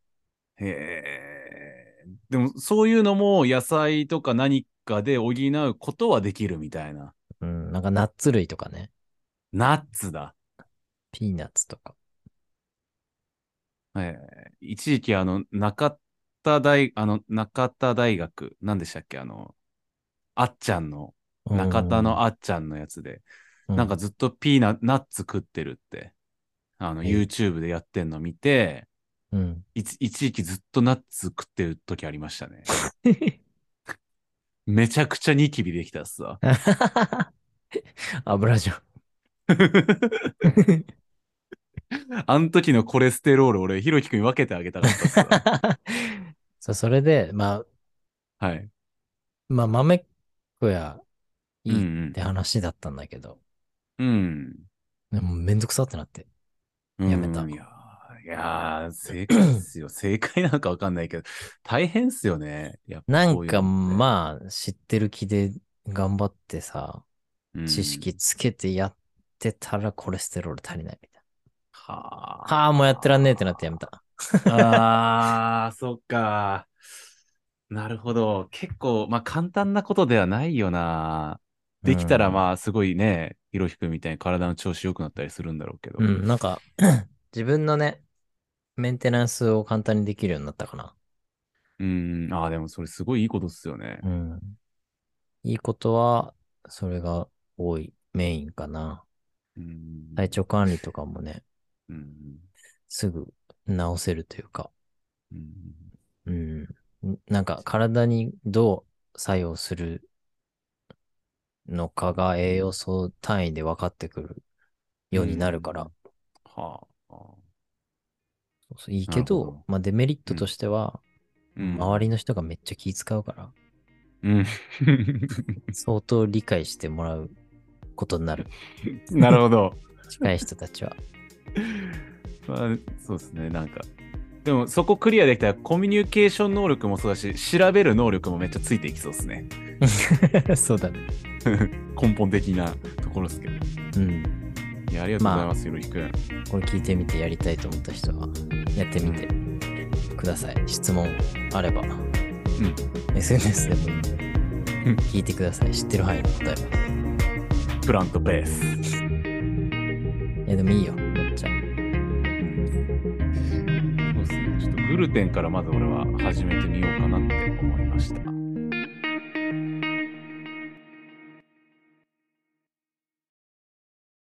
Speaker 2: へえ。でも、そういうのも野菜とか何かで補うことはできるみたいな。
Speaker 1: うん、なんかナッツ類とかね、
Speaker 2: ナッツだ。
Speaker 1: ピーナッツとか。
Speaker 2: ええ一時期、あの、中田大、あの、中田大学、何でしたっけあの、あっちゃんの、中田の
Speaker 1: あ、
Speaker 2: あっちゃんのやつで、
Speaker 1: う
Speaker 2: なんか、ずっとピーナ、ナッツ食ってるって、あの、
Speaker 1: ええ
Speaker 2: YouTube でやってんの見て、 (laughs)
Speaker 1: うん。
Speaker 2: 一一時期ずっとナッツ食ってる時ありましたね。めちゃくちゃニキビできたっすわ。 (laughs)
Speaker 1: (laughs) 油じゃん。
Speaker 2: あの時のコレステロール、俺、ひろきくんに分けてあげたかったっ
Speaker 1: (laughs)
Speaker 2: すわ
Speaker 1: (laughs) そうそれで、まあ、
Speaker 2: はい。
Speaker 1: まあ、豆っこやい
Speaker 2: うんう
Speaker 1: いっ
Speaker 2: ん
Speaker 1: て。話だったんだけど、
Speaker 2: うん。
Speaker 1: でもめんどくさってなって。
Speaker 2: うん
Speaker 1: やめた
Speaker 2: いやいやー、正解です
Speaker 1: (clears throat)
Speaker 2: よ。正解なのかわかんないけど、大変っすよね。やっぱ
Speaker 1: な
Speaker 2: こ
Speaker 1: ん
Speaker 2: ういうのって
Speaker 1: かまあ、知ってる気で頑張ってさ、
Speaker 2: うん
Speaker 1: 知識つけてやってたらコレステロール足りないみたい
Speaker 2: は
Speaker 1: な。はあ、もうやってらんねえってなってやめた。
Speaker 2: ああー、そっか。なるほど。結構、まあ簡単なことではないよな。できたらまあすごいね、ひろひくんみたいに体の調子良くなったりするんだろうけど。
Speaker 1: うん、なんか、 (clears throat) 自分のね、メンテナンスを簡単にできるようになったかな。
Speaker 2: うん。ああ、でもそれすごいいいことっすよね。
Speaker 1: うん。いいことは、それが多いメインかな。
Speaker 2: うん。
Speaker 1: 体調管理とかもね、
Speaker 2: うん。
Speaker 1: すぐ直せるというか、
Speaker 2: うん。
Speaker 1: うん。なんか体にどう作用するのかが栄養素単位で分かってくるようになるから、
Speaker 2: うんはあ。
Speaker 1: そうそういいけど、
Speaker 2: なるほど
Speaker 1: まあデメリットとしては、
Speaker 2: うん。
Speaker 1: 周りの人がめっちゃ気使うから、
Speaker 2: (laughs) うん。
Speaker 1: 相当理解してもらうことにな
Speaker 2: (laughs)
Speaker 1: る。
Speaker 2: なるほど。
Speaker 1: 近い人たちは。
Speaker 2: まあ、そうですね、なんか。でも、そこクリアできたら、コミュニケーション能力もそうだし、調べる能力もめっちゃついていきそうですね。
Speaker 1: そうだね。
Speaker 2: 根本的なところですけど。
Speaker 1: うん。
Speaker 2: いや、ありがとうございます、ひろひくん。
Speaker 1: これ聞いてみてやりたいと思った人は、やってみてください。質問あれば、SNS でもいいんで、
Speaker 2: うん
Speaker 1: 聞いてください。知ってる範囲で答えます。
Speaker 2: プラントベース。
Speaker 1: いや、でもいいよ。めっちゃ。
Speaker 2: そうですね、ちょっとグルテンからまず俺は始めてみようかなって思いました。